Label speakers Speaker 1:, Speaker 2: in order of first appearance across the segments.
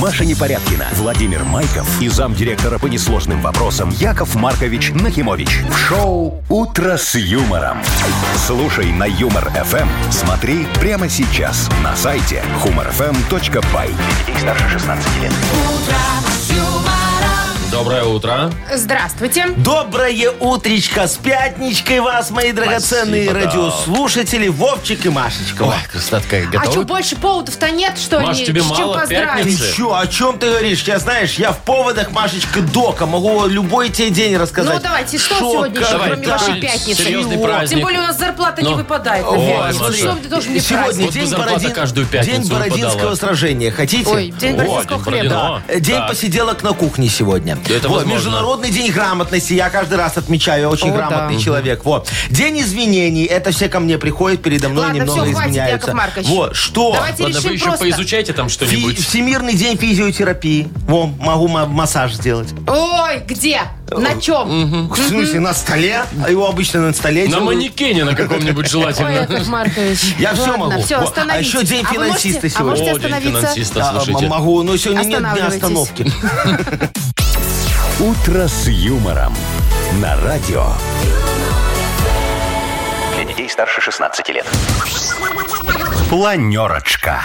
Speaker 1: Маша Непорядкина, Владимир Майков и замдиректора по несложным вопросам Яков Маркович Нахимович. В шоу «Утро с юмором». Слушай на «Юмор-ФМ». Смотри прямо сейчас на сайте humorfm.by. Для детей старше 16 лет.
Speaker 2: Доброе утро.
Speaker 3: Здравствуйте. А
Speaker 4: Доброе утречко с пятничкой вас, мои драгоценные
Speaker 2: Спасибо, да.
Speaker 4: радиослушатели, Вовчик и Машечка.
Speaker 2: Ой, красота такая.
Speaker 3: А что,
Speaker 2: Готовы?
Speaker 3: больше поводов-то нет, что
Speaker 2: Маш,
Speaker 3: ли?
Speaker 2: тебе
Speaker 3: С чем
Speaker 2: мало
Speaker 4: Ты
Speaker 3: поздравить?
Speaker 2: пятницы?
Speaker 4: чё, о чем ты говоришь? Я знаешь, я в поводах, Машечка, дока. Могу любой тебе день рассказать.
Speaker 3: Ну, давайте, что
Speaker 4: Шо,
Speaker 3: сегодня еще,
Speaker 4: как,
Speaker 2: Давай,
Speaker 3: кроме
Speaker 4: да.
Speaker 3: вашей пятницы?
Speaker 2: серьезный
Speaker 3: Чего?
Speaker 2: праздник.
Speaker 3: Тем более у нас зарплата не
Speaker 2: Ну.
Speaker 3: выпадает.
Speaker 2: Ой,
Speaker 3: Ой,
Speaker 2: смотри.
Speaker 3: что мне тоже не
Speaker 4: Сегодня
Speaker 3: праздник?
Speaker 2: Вот бы
Speaker 4: день,
Speaker 2: зарплата
Speaker 4: Бородин-
Speaker 2: каждую пятницу
Speaker 4: день Бородинского
Speaker 2: выпадала.
Speaker 4: сражения. Хотите?
Speaker 3: Ой, день
Speaker 2: О,
Speaker 3: бородинского
Speaker 2: день
Speaker 3: хлеба.
Speaker 2: Бородина.
Speaker 4: Да, э, день
Speaker 2: Так.
Speaker 4: посиделок на кухне сегодня.
Speaker 2: Это
Speaker 4: вот,
Speaker 2: возможно.
Speaker 4: Международный день грамотности. Я каждый раз отмечаю, я очень
Speaker 3: О,
Speaker 4: грамотный
Speaker 3: да.
Speaker 4: человек. Вот. День извинений. Это все ко мне приходят, передо мной
Speaker 3: Ладно,
Speaker 4: немного
Speaker 3: всё, хватит,
Speaker 4: извиняются.
Speaker 3: Яков Маркович.
Speaker 4: Вот, что?
Speaker 3: Давайте
Speaker 2: Ладно, вы
Speaker 3: решим
Speaker 2: еще
Speaker 3: просто.
Speaker 2: поизучайте там
Speaker 4: Фи-
Speaker 2: что-нибудь.
Speaker 4: Всемирный день физиотерапии. Во, могу ма- массаж сделать.
Speaker 3: Ой, где? На чем?
Speaker 4: В смысле, на столе? А Его обычно на столе
Speaker 2: На
Speaker 4: делают.
Speaker 2: манекене на каком-нибудь
Speaker 3: Ой,
Speaker 2: желательно.
Speaker 3: Яков Маркович.
Speaker 4: Я всё
Speaker 3: Ладно,
Speaker 4: могу.
Speaker 3: Все,
Speaker 4: Во, а
Speaker 3: остановитесь.
Speaker 4: еще день
Speaker 3: вы
Speaker 4: финансиста
Speaker 3: можете-
Speaker 4: сегодня.
Speaker 3: А вы можете
Speaker 2: О, день
Speaker 3: остановиться?
Speaker 2: финансиста,
Speaker 4: Да, м-
Speaker 2: слушайте.
Speaker 4: могу, но сегодня нет дня
Speaker 3: Останавливайтесь.
Speaker 4: остановки.
Speaker 1: «Утро с юмором» на радио. Для детей старше 16 лет. Планерочка.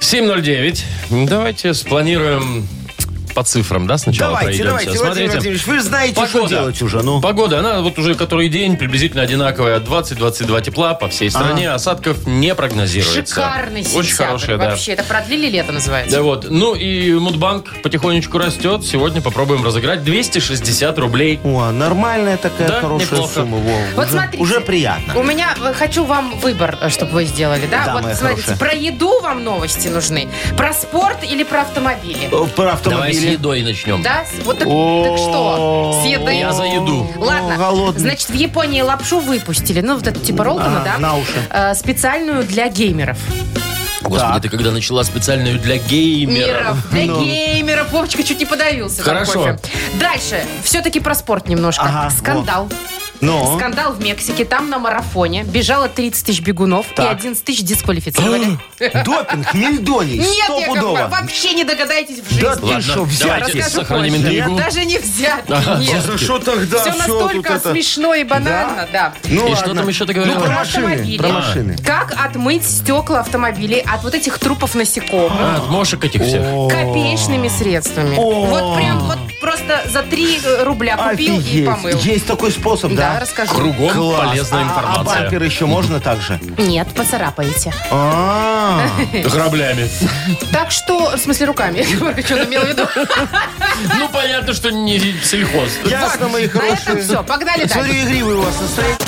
Speaker 2: 7.09. Давайте спланируем по цифрам, да, сначала
Speaker 4: Давайте,
Speaker 2: пройдемся.
Speaker 4: давайте, Владимир Владимирович, вы же знаете, что делать уже. Ну.
Speaker 2: Погода, она вот уже который день приблизительно одинаковая. 20-22 тепла по всей стране. Осадков не прогнозируется.
Speaker 3: Шикарный
Speaker 2: Очень
Speaker 3: сентябрь.
Speaker 2: хорошая, да.
Speaker 3: Вообще, это продлили лето называется.
Speaker 2: Да вот. Ну и Мудбанк потихонечку растет. Сегодня попробуем разыграть 260 рублей.
Speaker 4: О, нормальная такая
Speaker 2: Да,
Speaker 4: хорошая
Speaker 2: неплохо.
Speaker 4: сумма. Во,
Speaker 3: Вот
Speaker 4: уже,
Speaker 3: смотрите.
Speaker 4: уже приятно.
Speaker 3: У меня э, хочу вам выбор, чтобы вы сделали, да?
Speaker 4: Да,
Speaker 3: вот
Speaker 4: моя
Speaker 3: смотрите,
Speaker 4: хорошая.
Speaker 3: про еду вам новости нужны, про спорт или про автомобили.
Speaker 4: Э, Про
Speaker 2: Давай с
Speaker 4: автомобили.
Speaker 2: едой начнем.
Speaker 3: Да? С- Вот так,
Speaker 4: О,
Speaker 3: так что? С едой.
Speaker 2: Я за еду.
Speaker 3: Ладно.
Speaker 4: О, голодный.
Speaker 3: Значит, в Японии лапшу выпустили. Ну, вот это типа Ролтона,
Speaker 4: А,
Speaker 3: да?
Speaker 4: на уши.
Speaker 3: Э, специальную для геймеров.
Speaker 2: Господи,
Speaker 4: Так.
Speaker 2: ты когда начала специальную для геймеров.
Speaker 3: Миров. Для геймеров. Вовчика чуть не подавился. там
Speaker 2: Ну. Хорошо.
Speaker 3: кофе. Дальше. Все-таки про спорт немножко.
Speaker 4: Ага,
Speaker 3: Скандал.
Speaker 4: Но
Speaker 3: Скандал в Мексике. Там на марафоне бежало 30 тысяч бегунов
Speaker 4: Так.
Speaker 3: и 11 тысяч дисквалифицировали.
Speaker 4: допинг, мельдоний,
Speaker 3: Нет, Яков Марк,
Speaker 4: стопудово.
Speaker 3: вообще не догадаетесь в жизни.
Speaker 4: Да ты
Speaker 2: Ладно,
Speaker 4: что,
Speaker 2: давайте
Speaker 4: взятки?
Speaker 3: Расскажу
Speaker 2: сохраним
Speaker 3: позже.
Speaker 2: интригу.
Speaker 3: Даже не взятки.
Speaker 4: А
Speaker 3: Нет.
Speaker 4: за что тогда
Speaker 3: Все
Speaker 4: всё тут
Speaker 3: настолько
Speaker 4: это?
Speaker 3: смешно и банально, да.
Speaker 4: Ну,
Speaker 2: И что
Speaker 4: ладно.
Speaker 2: там еще ты говорила?
Speaker 4: Ну, про
Speaker 2: Про
Speaker 4: машины.
Speaker 3: автомобили.
Speaker 4: Про машины.
Speaker 3: Как отмыть стекла автомобилей от вот этих трупов насекомых?
Speaker 2: А, от мошек этих всех.
Speaker 3: Копеечными средствами.
Speaker 4: О.
Speaker 3: Вот прям вот просто за 3 рубля купил и
Speaker 4: Офигеть.
Speaker 3: помыл.
Speaker 4: Есть такой способ,
Speaker 3: Да,
Speaker 4: да?
Speaker 3: расскажу.
Speaker 2: Кругом
Speaker 4: Класс.
Speaker 2: полезная
Speaker 4: А- А
Speaker 2: информация.
Speaker 4: бампер еще можно так же?
Speaker 3: Нет, поцарапаете.
Speaker 4: А,
Speaker 2: Граблями.
Speaker 3: Так что, в смысле, руками. Что он имел в виду?
Speaker 2: Ну, понятно, что не сельхоз.
Speaker 4: Ясно, мои
Speaker 3: На этом
Speaker 4: хорошие.
Speaker 3: все. А Погнали
Speaker 4: Смотрю,
Speaker 3: дальше.
Speaker 4: игривый у вас настроение.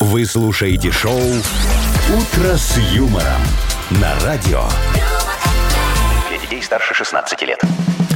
Speaker 1: Вы слушаете шоу «Утро с юмором» на радио. Для детей старше 16 лет.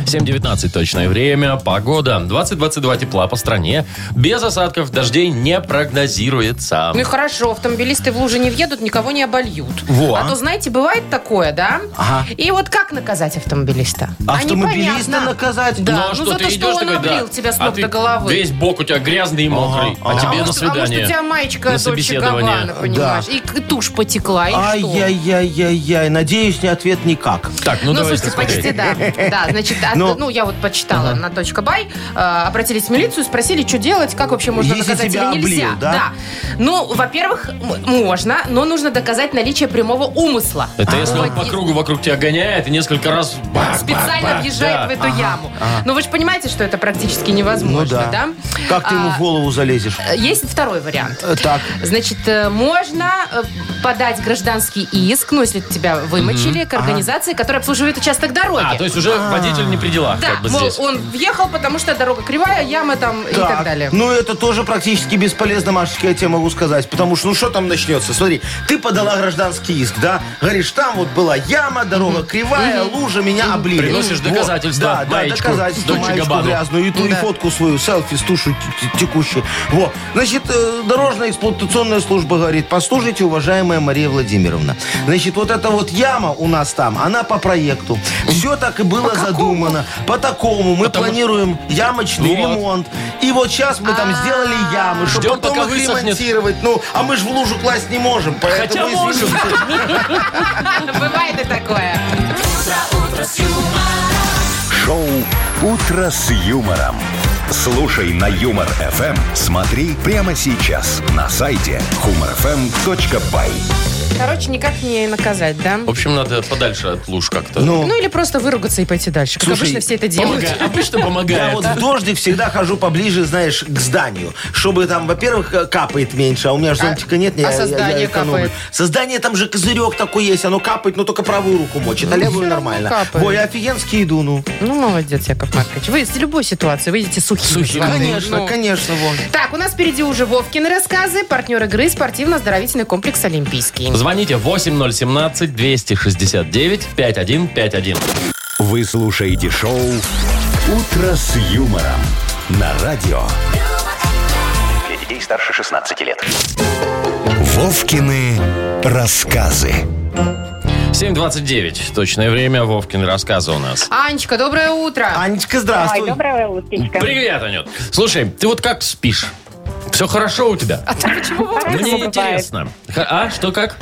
Speaker 2: 7.19 точное время, погода. 20-22 тепла по стране. Без осадков дождей не прогнозируется.
Speaker 3: Ну и хорошо, автомобилисты в лужи не въедут, никого не обольют.
Speaker 4: Во.
Speaker 3: А то, знаете, бывает такое, да?
Speaker 4: Ага.
Speaker 3: И вот как наказать автомобилиста? А
Speaker 4: Автомобилиста
Speaker 3: непонятно.
Speaker 4: наказать?
Speaker 3: Да,
Speaker 2: а
Speaker 3: ну, за то, что он
Speaker 2: такой, да.
Speaker 3: обрил тебя с
Speaker 2: А
Speaker 3: ног
Speaker 2: ты
Speaker 3: до головы.
Speaker 2: Весь бок у тебя грязный и мокрый. А,
Speaker 3: А
Speaker 2: тебе
Speaker 3: может,
Speaker 2: на
Speaker 3: А может, у
Speaker 2: свидание.
Speaker 3: тебя маечка
Speaker 2: На
Speaker 3: Дольче
Speaker 2: собеседование.
Speaker 3: Габбана, понимаешь? И к- тушь потекла, и что?
Speaker 4: Ай-яй-яй-яй-яй. Надеюсь, не ответ никак.
Speaker 2: Так, ну,
Speaker 3: Ну,
Speaker 2: давайте
Speaker 3: слушайте, почти
Speaker 2: смотреть.
Speaker 3: да. Да, значит, от-
Speaker 4: Ну.
Speaker 3: ну, я вот почитала на точка бай, э, обратились в милицию, спросили, что делать, как вообще можно
Speaker 4: Если
Speaker 3: наказать
Speaker 4: тебя
Speaker 3: или нельзя.
Speaker 4: облил, да?
Speaker 3: Ну, во-первых, м- можно, но нужно доказать наличие прямого умысла.
Speaker 2: Это если он
Speaker 3: Вот
Speaker 2: по
Speaker 3: и-
Speaker 2: кругу вокруг тебя гоняет и несколько раз... бах, бах,
Speaker 3: Специально
Speaker 2: бах.
Speaker 3: въезжает
Speaker 2: Да.
Speaker 3: в эту яму. Ну, вы же понимаете, что это практически невозможно,
Speaker 4: Ну да.
Speaker 3: да?
Speaker 4: Как ты ему
Speaker 3: А,
Speaker 4: в голову залезешь?
Speaker 3: э, Есть второй вариант.
Speaker 4: Э, Так.
Speaker 3: Значит, э, можно э, подать гражданский иск, ну, если тебя вымочили, к организации, которая обслуживает участок дороги.
Speaker 2: А, то есть уже водитель не при делах,
Speaker 3: Да,
Speaker 2: как бы
Speaker 3: мол,
Speaker 2: здесь.
Speaker 3: он въехал, потому что дорога кривая, яма там и так далее.
Speaker 4: Ну, это тоже практически бесполезно, Машечка, я тебе могу сказать. Потому что, ну, что там начнется? Смотри, ты подала гражданский иск, да? Говоришь, там вот была яма, дорога кривая, лужа, меня облили.
Speaker 2: Приносишь
Speaker 4: Вот.
Speaker 2: доказательства,
Speaker 4: Да, да,
Speaker 2: маечку,
Speaker 4: доказательства,
Speaker 2: Дольче
Speaker 4: маечку
Speaker 2: Габбану.
Speaker 4: грязную, и ту, и
Speaker 3: Да.
Speaker 4: фотку свою, селфи с тушу т- т- текущей. Вот. Значит, э, дорожная эксплуатационная служба говорит, послушайте, уважаемая Мария Владимировна, значит, вот эта вот яма у нас там, она по проекту. Все так и было задумано. По такому мы
Speaker 2: Потому-
Speaker 4: планируем
Speaker 2: Вот.
Speaker 4: ямочный ремонт. И вот сейчас мы там сделали ямы, чтобы
Speaker 2: Ждем,
Speaker 4: потом
Speaker 2: пока
Speaker 4: их
Speaker 2: высохнет.
Speaker 4: ремонтировать. Ну, а мы же в лужу класть не можем. Поэтому,
Speaker 2: Хотя можем.
Speaker 4: извините.
Speaker 3: Бывает и такое.
Speaker 1: Шоу «Утро с юмором». Слушай на Юмор ФМ. Смотри прямо сейчас на сайте humorfm.by.
Speaker 3: Короче, никак не наказать, да?
Speaker 2: В общем, надо подальше от луж как-то.
Speaker 4: Ну,
Speaker 3: Ну или просто выругаться и пойти дальше. Как
Speaker 4: Слушай,
Speaker 3: обычно все это делают.
Speaker 2: Помогает. Обычно
Speaker 4: Я
Speaker 2: помогает.
Speaker 4: вот в дождик всегда хожу поближе, знаешь, к зданию. Чтобы там, во-первых, э, капает меньше, а у меня же зонтика нет.
Speaker 3: а
Speaker 4: я-
Speaker 3: со
Speaker 4: я- я
Speaker 3: здания
Speaker 4: экономлю.
Speaker 3: капает?
Speaker 4: Со здания там же козырек такой есть, оно капает, но только правую руку мочит, а левую
Speaker 3: Ну, всё равно
Speaker 4: нормально.
Speaker 3: капает.
Speaker 4: Ой, офигенский иду, ну.
Speaker 3: Ну, молодец, Яков Маркович. Вы из любой ситуации выйдете сухими.
Speaker 2: Сухими.
Speaker 3: главное.
Speaker 4: Конечно,
Speaker 3: Ну.
Speaker 4: конечно, вон.
Speaker 3: Так, у нас впереди уже Вовкины рассказы. Партнер игры спортивно-оздоровительный комплекс «Олимпийский».
Speaker 2: Звоните 8017-269-5151.
Speaker 1: Вы слушаете шоу «Утро с юмором» на радио.
Speaker 5: Для детей старше 16 лет.
Speaker 1: Вовкины рассказы.
Speaker 2: 7.29. Точное время. Вовкин рассказы у нас.
Speaker 3: Анечка, доброе утро.
Speaker 4: Анечка,
Speaker 6: Ай,
Speaker 4: здравствуй.
Speaker 6: доброе утречко.
Speaker 2: Привет, Анют. Слушай, ты вот как спишь? Все хорошо у тебя?
Speaker 3: А ты почему вы-
Speaker 6: По-разному
Speaker 2: Мне
Speaker 6: бывает.
Speaker 2: интересно. Ха- А, что как?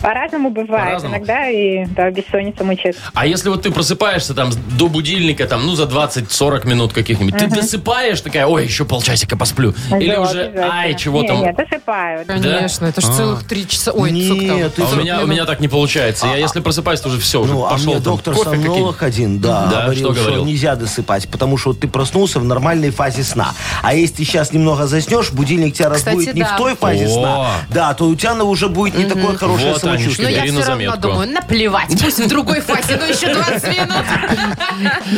Speaker 6: По-разному бывает.
Speaker 2: По-разному.
Speaker 6: Иногда и да, бессонница мучает.
Speaker 2: А если вот ты просыпаешься там до будильника, там, ну, за 20-40 минут каких-нибудь, ты досыпаешь такая, ой, еще полчасика посплю. Или
Speaker 6: Да,
Speaker 2: уже,
Speaker 6: обязательно.
Speaker 2: ай, чего
Speaker 6: Не,
Speaker 2: там.
Speaker 6: Не, досыпаю.
Speaker 3: Конечно, это же целых три часа. Ой, сколько там?
Speaker 4: Нет, ты
Speaker 2: А у
Speaker 4: за-
Speaker 2: меня, у меня так не получается. Я если просыпаюсь, то уже все, уже
Speaker 4: А, Ну, а
Speaker 2: пошел
Speaker 4: мне
Speaker 2: там
Speaker 4: доктор
Speaker 2: кофе
Speaker 4: сомнолог
Speaker 2: какие-нибудь.
Speaker 4: один, да,
Speaker 2: Да,
Speaker 4: говорил,
Speaker 2: что
Speaker 4: что,
Speaker 2: говорил?
Speaker 4: нельзя досыпать, потому что вот ты проснулся в нормальной фазе сна. А если ты сейчас немного заснешь, будильник тебя
Speaker 3: Кстати,
Speaker 4: разбудит не
Speaker 3: да.
Speaker 4: в той фазе
Speaker 2: О.
Speaker 4: сна, да, то у тебя ну, уже будет не такое хорошее
Speaker 2: Вот,
Speaker 3: Но
Speaker 4: самочувствие.
Speaker 2: Анечка,
Speaker 3: Ну, я
Speaker 2: Бери
Speaker 3: все
Speaker 2: на
Speaker 3: равно
Speaker 2: заметку.
Speaker 3: думаю, наплевать. Пусть в другой фазе, но еще 20 минут.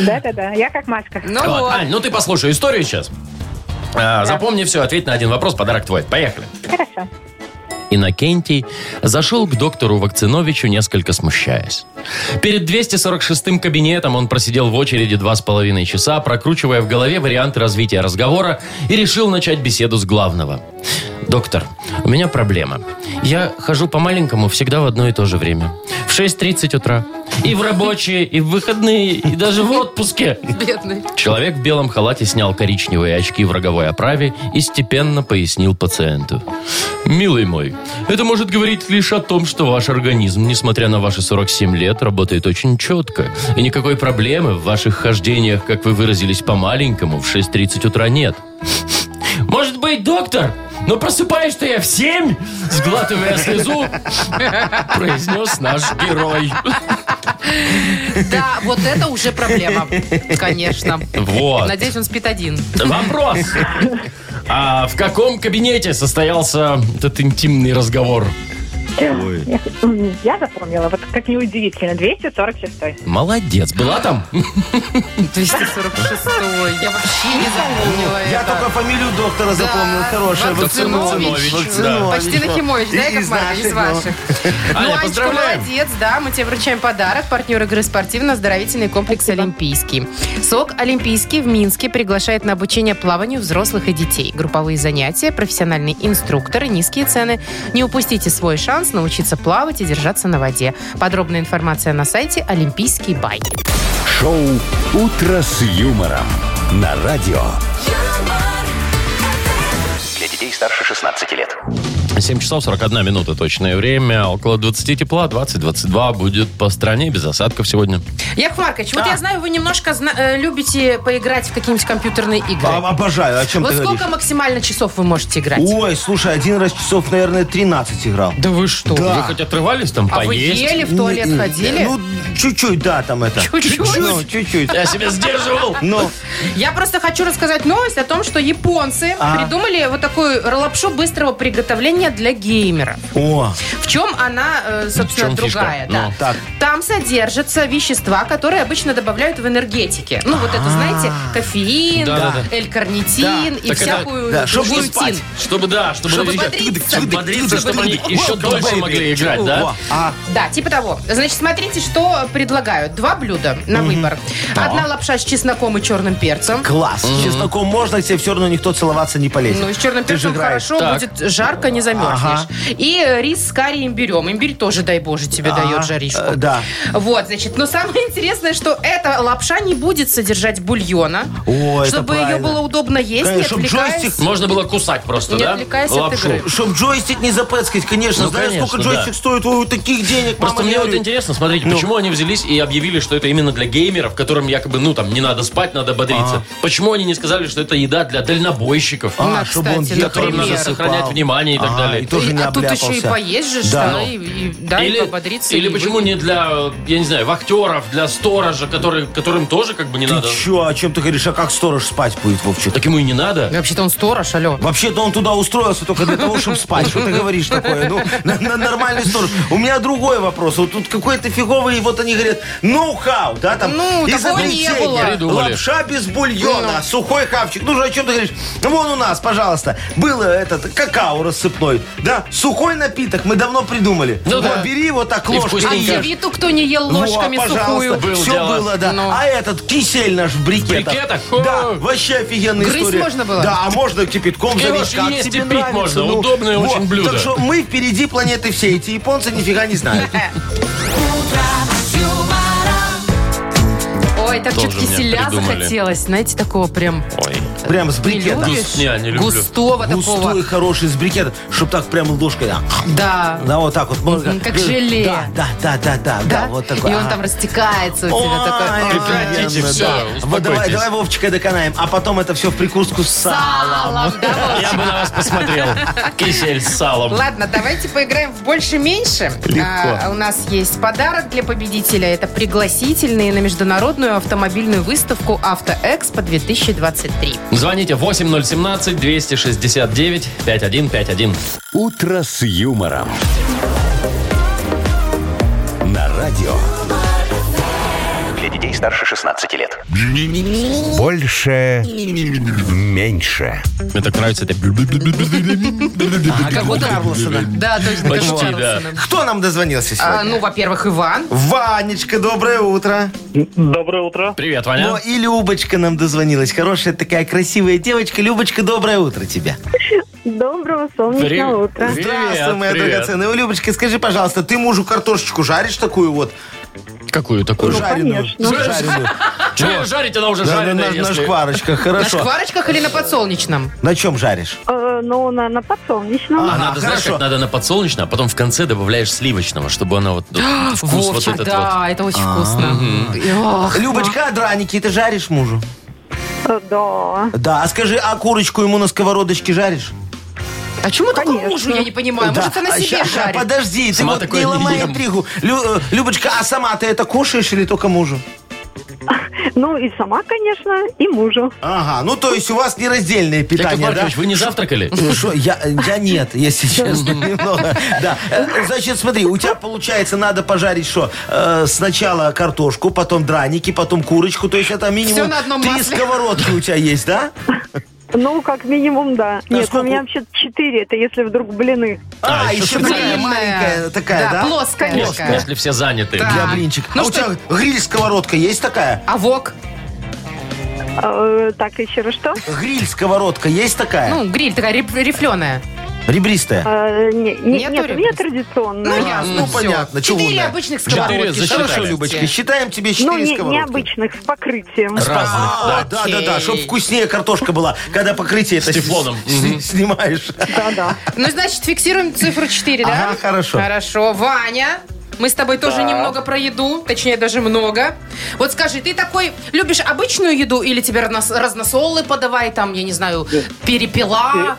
Speaker 6: Да-да-да, я как Машка.
Speaker 3: Ну
Speaker 2: Ладно,
Speaker 3: вот.
Speaker 2: Ань, ну ты послушай историю сейчас. А, запомни все, ответь на один вопрос, подарок твой. Поехали.
Speaker 6: Хорошо.
Speaker 2: Иннокентий зашел к доктору Вакциновичу, несколько смущаясь. Перед 246-м кабинетом он просидел в очереди два с половиной часа, прокручивая в голове варианты развития разговора и решил начать беседу с главного. «Доктор, у меня проблема. Я хожу по-маленькому всегда в одно и то же время. В 6.30 утра. И в рабочие, и в выходные, и даже в отпуске.
Speaker 3: Бедный.
Speaker 2: Человек в белом халате снял коричневые очки в роговой оправе и степенно пояснил пациенту. «Милый мой, это может говорить лишь о том, что ваш организм, несмотря на ваши 47 лет, работает очень четко. И никакой проблемы в ваших хождениях, как вы выразились по-маленькому, в 6.30 утра нет. Может быть, доктор, но просыпаюсь-то я в 7, сглатывая слезу, произнес наш герой.
Speaker 3: Да, вот это уже проблема. Конечно.
Speaker 2: Вот.
Speaker 3: Надеюсь, он спит один.
Speaker 2: Вопрос. А в каком кабинете состоялся этот интимный разговор?
Speaker 6: Я, я запомнила, вот как неудивительно, 246
Speaker 2: Молодец. Была там?
Speaker 3: Ну, 246 Я вообще не запомнила
Speaker 4: Я
Speaker 3: это.
Speaker 4: только фамилию доктора запомнил, хорошая.
Speaker 3: Вакцинович.
Speaker 2: да.
Speaker 3: Почти Нахимович, да, Яков Маркович, из ваших. Ну,
Speaker 2: Аня,
Speaker 3: Анечка,
Speaker 2: поздравляем.
Speaker 3: молодец, да, мы тебе вручаем подарок. Партнер игры спортивно-оздоровительный комплекс «Олимпийский». СОК «Олимпийский» в Минске приглашает на обучение плаванию взрослых и детей. Групповые занятия, профессиональные инструкторы, низкие цены. Не упустите свой шанс научиться плавать и держаться на воде. Подробная информация на сайте «Олимпийский бай».
Speaker 1: Шоу «Утро с юмором» на радио.
Speaker 5: Для детей старше 16 лет.
Speaker 2: 7 часов 41 минута точное время. Около 20 тепла, 20-22 будет по стране без осадков сегодня.
Speaker 3: Яков Маркович, вот я знаю, вы немножко зна- э, любите поиграть в какие-нибудь компьютерные игры.
Speaker 4: А, Обожаю, о чем
Speaker 3: вот
Speaker 4: ты
Speaker 3: сколько
Speaker 4: говоришь?
Speaker 3: максимально часов вы можете играть?
Speaker 4: Ой, слушай, один раз часов, наверное, 13 играл.
Speaker 2: Да вы что?
Speaker 4: Да.
Speaker 2: Вы хоть отрывались там
Speaker 3: а
Speaker 2: поесть? М-м-м.
Speaker 3: вы ели, в туалет
Speaker 4: Не-
Speaker 3: ходили?
Speaker 4: Ну, чуть-чуть, да, там это.
Speaker 3: Чуть-чуть?
Speaker 4: Ну, чуть-чуть.
Speaker 2: Я себя сдерживал.
Speaker 4: Ну,
Speaker 3: Я просто хочу рассказать новость о том, что японцы
Speaker 4: А.
Speaker 3: придумали вот такую лапшу быстрого приготовления для геймеров.
Speaker 4: о,
Speaker 3: В чем она, э, собственно,
Speaker 2: В чем фишка?
Speaker 3: другая?
Speaker 2: Ну.
Speaker 3: да.
Speaker 4: так.
Speaker 3: Там содержатся вещества, которые обычно добавляют в энергетике. Ну, вот
Speaker 4: А.
Speaker 3: это, знаете, кофеин,
Speaker 2: Да-да-да.
Speaker 3: Л-карнитин и
Speaker 2: Так это-
Speaker 3: всякую
Speaker 4: да, чтоб не
Speaker 3: глютин.
Speaker 4: спать.
Speaker 2: Чтобы, да, чтобы,
Speaker 3: Чтобы
Speaker 2: еще-
Speaker 3: бодриться.
Speaker 2: чтобы бодриться, чтобы они еще
Speaker 4: Welcome,
Speaker 2: дольше
Speaker 4: baby.
Speaker 2: могли играть, да?
Speaker 4: О, а,
Speaker 3: Да, типа того. Значит, смотрите, что предлагают. Два блюда на выбор. Одна лапша с чесноком и черным перцем.
Speaker 4: класс. С чесноком можно, тебе все равно никто целоваться не полезет.
Speaker 3: Ну, и с черным
Speaker 4: Ты же
Speaker 3: перцем
Speaker 4: играешь.
Speaker 3: хорошо,
Speaker 2: Так.
Speaker 3: будет жарко, замерзнешь. И э, рис с карием берем. Имбирь тоже, дай боже, тебе дает жаришку.
Speaker 4: Э, Да.
Speaker 3: Вот, значит, но самое интересное, что эта лапша не будет содержать бульона,
Speaker 4: О, это
Speaker 3: чтобы ее
Speaker 4: правильно.
Speaker 3: было удобно есть,
Speaker 4: Конечно,
Speaker 3: не
Speaker 4: чтоб
Speaker 3: отвлекаясь.
Speaker 4: джойстик
Speaker 2: Можно было кусать просто,
Speaker 3: Не
Speaker 2: да?
Speaker 3: отвлекайся от
Speaker 2: Лапшу.
Speaker 3: игры.
Speaker 4: Чтоб джойстик не запэцкать, конечно.
Speaker 2: Ну,
Speaker 4: Знаешь,
Speaker 2: конечно,
Speaker 4: сколько
Speaker 2: да.
Speaker 4: джойстик стоит? Ой, таких денег,
Speaker 2: Просто
Speaker 4: мама,
Speaker 2: мне
Speaker 4: не
Speaker 2: вот
Speaker 4: горюй.
Speaker 2: интересно, смотрите, почему они взялись и объявили, что это именно для геймеров, которым якобы, ну, там, не надо спать, надо бодриться. Почему они не сказали, что это еда для дальнобойщиков,
Speaker 3: На,
Speaker 4: А, чтобы он
Speaker 3: кстати,
Speaker 4: ел,
Speaker 2: которым
Speaker 3: например.
Speaker 2: надо
Speaker 4: засыпал.
Speaker 2: сохранять внимание и так
Speaker 4: А,
Speaker 2: далее?
Speaker 4: и тоже
Speaker 3: И-
Speaker 4: не
Speaker 3: а тут
Speaker 4: обляпался.
Speaker 3: еще и поесть же,
Speaker 4: Да.
Speaker 3: что, и, и- да, и пободриться.
Speaker 2: или
Speaker 3: и
Speaker 2: почему
Speaker 3: вы-
Speaker 2: не для, э, я не знаю, вахтеров, для сторожа, которые, которым тоже как бы не
Speaker 4: Ты
Speaker 2: надо?
Speaker 4: че, о чем ты говоришь? А как сторож спать будет, Вовчик?
Speaker 2: Так ему и не надо.
Speaker 3: Вообще-то он сторож, алло.
Speaker 4: Вообще-то он туда устроился только для того, чтобы спать. Что ты говоришь такое? Ну, на, на нормальный сторож. У меня другой вопрос. Вот тут какой-то фиговый, вот они говорят, ноу-хау, да, там,
Speaker 3: Ну,
Speaker 4: из
Speaker 3: такого не
Speaker 4: изобретения.
Speaker 3: было.
Speaker 2: Придумали.
Speaker 4: Лапша без бульона, сухой хавчик. Ну, же, о чем ты говоришь? Ну, вон у нас, пожалуйста, было этот какао рассыпной, да, сухой напиток мы давно придумали.
Speaker 2: Ну
Speaker 4: Вот,
Speaker 2: да.
Speaker 4: бери вот так
Speaker 2: И
Speaker 4: ложкой.
Speaker 3: А
Speaker 2: вкусненько.
Speaker 4: ешь.
Speaker 3: Евиту кто не ел
Speaker 2: Ну,
Speaker 3: ложками
Speaker 4: Во,
Speaker 3: сухую?
Speaker 4: пожалуйста,
Speaker 2: а, Было
Speaker 4: все
Speaker 2: дело.
Speaker 4: было, да.
Speaker 3: Ну.
Speaker 4: А этот кисель наш в брикетах.
Speaker 2: брикетах?
Speaker 4: Да,
Speaker 2: О.
Speaker 4: вообще офигенная
Speaker 3: Грызть
Speaker 4: история.
Speaker 3: можно было?
Speaker 4: Да, а можно кипятком
Speaker 2: Его
Speaker 4: залить,
Speaker 2: ж
Speaker 4: как
Speaker 2: есть и
Speaker 4: тебе
Speaker 2: пить
Speaker 4: нравится. ну.
Speaker 2: можно, удобное
Speaker 4: вот,
Speaker 2: очень блюдо.
Speaker 4: Так что мы впереди планеты всей, эти японцы нифига не знают.
Speaker 3: Ой, так
Speaker 2: Тоже
Speaker 3: что-то
Speaker 2: мне
Speaker 3: киселя
Speaker 2: придумали.
Speaker 3: захотелось. Знаете, такого прям
Speaker 2: Ой,
Speaker 4: Прям с брикета.
Speaker 3: любишь?
Speaker 2: густня, не люблю.
Speaker 3: густого
Speaker 4: Густой,
Speaker 3: такого.
Speaker 4: хороший, с брикета, чтобы так прям ложкой, да,
Speaker 3: Да.
Speaker 4: да, вот так вот. можно.
Speaker 3: Как желе.
Speaker 4: Да, да, да, да, да, да,
Speaker 3: Да?
Speaker 4: вот такой.
Speaker 3: И он
Speaker 4: а.
Speaker 3: там растекается у тебя
Speaker 4: Ой,
Speaker 3: такой.
Speaker 4: офигенно,
Speaker 2: Прекратите
Speaker 4: да.
Speaker 2: всё,
Speaker 4: Вот давай,
Speaker 2: успокойтесь.
Speaker 4: давай Вовчика доканаем, а потом это все в прикуску с салом.
Speaker 3: Салом, да, вот.
Speaker 2: Я бы на вас посмотрел. Кисель с салом.
Speaker 3: Ладно, давайте поиграем в больше-меньше. А, у нас есть подарок для победителя. Это пригласительные на международную автомобильную выставку «Автоэкспо 2023».
Speaker 2: Звоните 8017-269-5151.
Speaker 1: «Утро с юмором». На радио
Speaker 5: Для детей старше 16 лет.
Speaker 1: «Больше, меньше».
Speaker 2: Мне так нравится это.
Speaker 4: А как у Карлосона.
Speaker 3: Да, точно.
Speaker 2: Почти,
Speaker 3: как у Карлсона.
Speaker 4: Кто нам дозвонился сегодня?
Speaker 3: А, ну, во-первых, Иван.
Speaker 4: Ванечка, доброе утро.
Speaker 7: Доброе утро.
Speaker 2: Привет,
Speaker 4: О,
Speaker 2: Ваня.
Speaker 4: и Любочка нам дозвонилась. Хорошая такая красивая девочка. Любочка, доброе утро тебе.
Speaker 8: Доброго солнечного
Speaker 2: Привет.
Speaker 8: утра.
Speaker 4: Здравствуй, моя
Speaker 2: привет.
Speaker 4: драгоценная. О, Любочка, скажи, пожалуйста, ты мужу картошечку жаришь такую вот? Ну,
Speaker 2: Какую такую? же?
Speaker 4: жареную.
Speaker 8: конечно.
Speaker 4: Жареную.
Speaker 2: Чего ее жарить? Она уже
Speaker 4: Да, на-
Speaker 2: жареная.
Speaker 4: на- На
Speaker 2: если-
Speaker 4: шкварочках,
Speaker 3: На
Speaker 4: хорошо.
Speaker 3: шкварочках или на подсолнечном?
Speaker 4: На чем жаришь?
Speaker 8: Э, ну, на, на подсолнечном.
Speaker 2: А
Speaker 4: Ага,
Speaker 2: надо, знаешь,
Speaker 4: хорошо.
Speaker 2: как надо на подсолнечное, а потом в конце добавляешь сливочного, чтобы она вот, вот
Speaker 4: Ну,
Speaker 2: вкус вот
Speaker 3: А, Вовчик,
Speaker 2: этот вот.
Speaker 3: да, это очень
Speaker 4: А,
Speaker 3: вкусно. Ох,
Speaker 4: Любочка, а драники ты жаришь мужу?
Speaker 8: Э, да.
Speaker 4: Да, а скажи, а курочку ему на сковородочке жаришь?
Speaker 3: А чему такому
Speaker 8: Конечно.
Speaker 3: мужу, я не понимаю?
Speaker 4: ну, Да.
Speaker 3: Может, она
Speaker 4: А
Speaker 3: себе
Speaker 4: ща- ща,
Speaker 3: жарит?
Speaker 4: Подожди, ты
Speaker 2: Сама
Speaker 4: вот
Speaker 2: такое не
Speaker 4: не ломай
Speaker 2: ем.
Speaker 4: интригу. Лю- э, Любочка, а сама ты это кушаешь или только мужу?
Speaker 8: Ну, и сама, конечно, и мужу.
Speaker 4: Ага, ну то есть у вас нераздельное
Speaker 2: Яков
Speaker 4: питание, да?
Speaker 2: Маркович, вы не завтракали?
Speaker 4: Ну что, я, я нет, если честно, немного. Да. Э, Значит, смотри, у тебя получается надо пожарить что? Э, Сначала картошку, потом драники, потом курочку. То есть это минимум
Speaker 3: на одном
Speaker 4: три
Speaker 3: масле.
Speaker 4: сковородки у тебя есть, да?
Speaker 8: Ну, как минимум, да. Нет, ну,
Speaker 4: сколько-
Speaker 8: у меня вообще четыре, это если вдруг блины.
Speaker 4: А, еще такая
Speaker 3: Длинная.
Speaker 4: маленькая такая, да?
Speaker 3: плоская.
Speaker 2: Если,
Speaker 3: такая.
Speaker 2: если все заняты.
Speaker 3: Да.
Speaker 4: Для блинчик.
Speaker 3: Ну
Speaker 4: а у
Speaker 3: что-
Speaker 4: тебя гриль-сковородка есть такая?
Speaker 3: А вок?
Speaker 8: Э, так, еще раз что?
Speaker 4: Гриль-сковородка есть такая?
Speaker 3: Ну, гриль такая реп- рефленая.
Speaker 4: Ребристая?
Speaker 8: Э, не- не-
Speaker 3: Нету
Speaker 8: нет, у меня традиционная.
Speaker 3: я-
Speaker 4: ну,
Speaker 3: всё.
Speaker 4: понятно, чего
Speaker 3: Четыре
Speaker 4: умная.
Speaker 3: обычных
Speaker 2: Четыре
Speaker 3: сковородки.
Speaker 2: засчитали.
Speaker 3: Хорошо, Любочка.
Speaker 4: Считаем тебе
Speaker 8: Ну,
Speaker 4: четыре
Speaker 8: не,
Speaker 4: сковородки.
Speaker 8: необычных, с покрытием.
Speaker 2: Разных,
Speaker 4: А,
Speaker 2: да.
Speaker 4: да, да, да,
Speaker 3: Окей.
Speaker 4: чтобы вкуснее картошка была, когда покрытие это
Speaker 2: С тефлоном.
Speaker 4: с- с-
Speaker 2: Мгм.
Speaker 4: снимаешь.
Speaker 8: Да-да.
Speaker 3: Ну, значит, фиксируем цифру 4, да?
Speaker 4: Ага, хорошо.
Speaker 3: Хорошо. Ваня, мы с тобой тоже немного про еду, точнее, даже много. Вот скажи, ты такой любишь обычную еду или тебе разнос- разносолы подавай, там, я не знаю, перепела?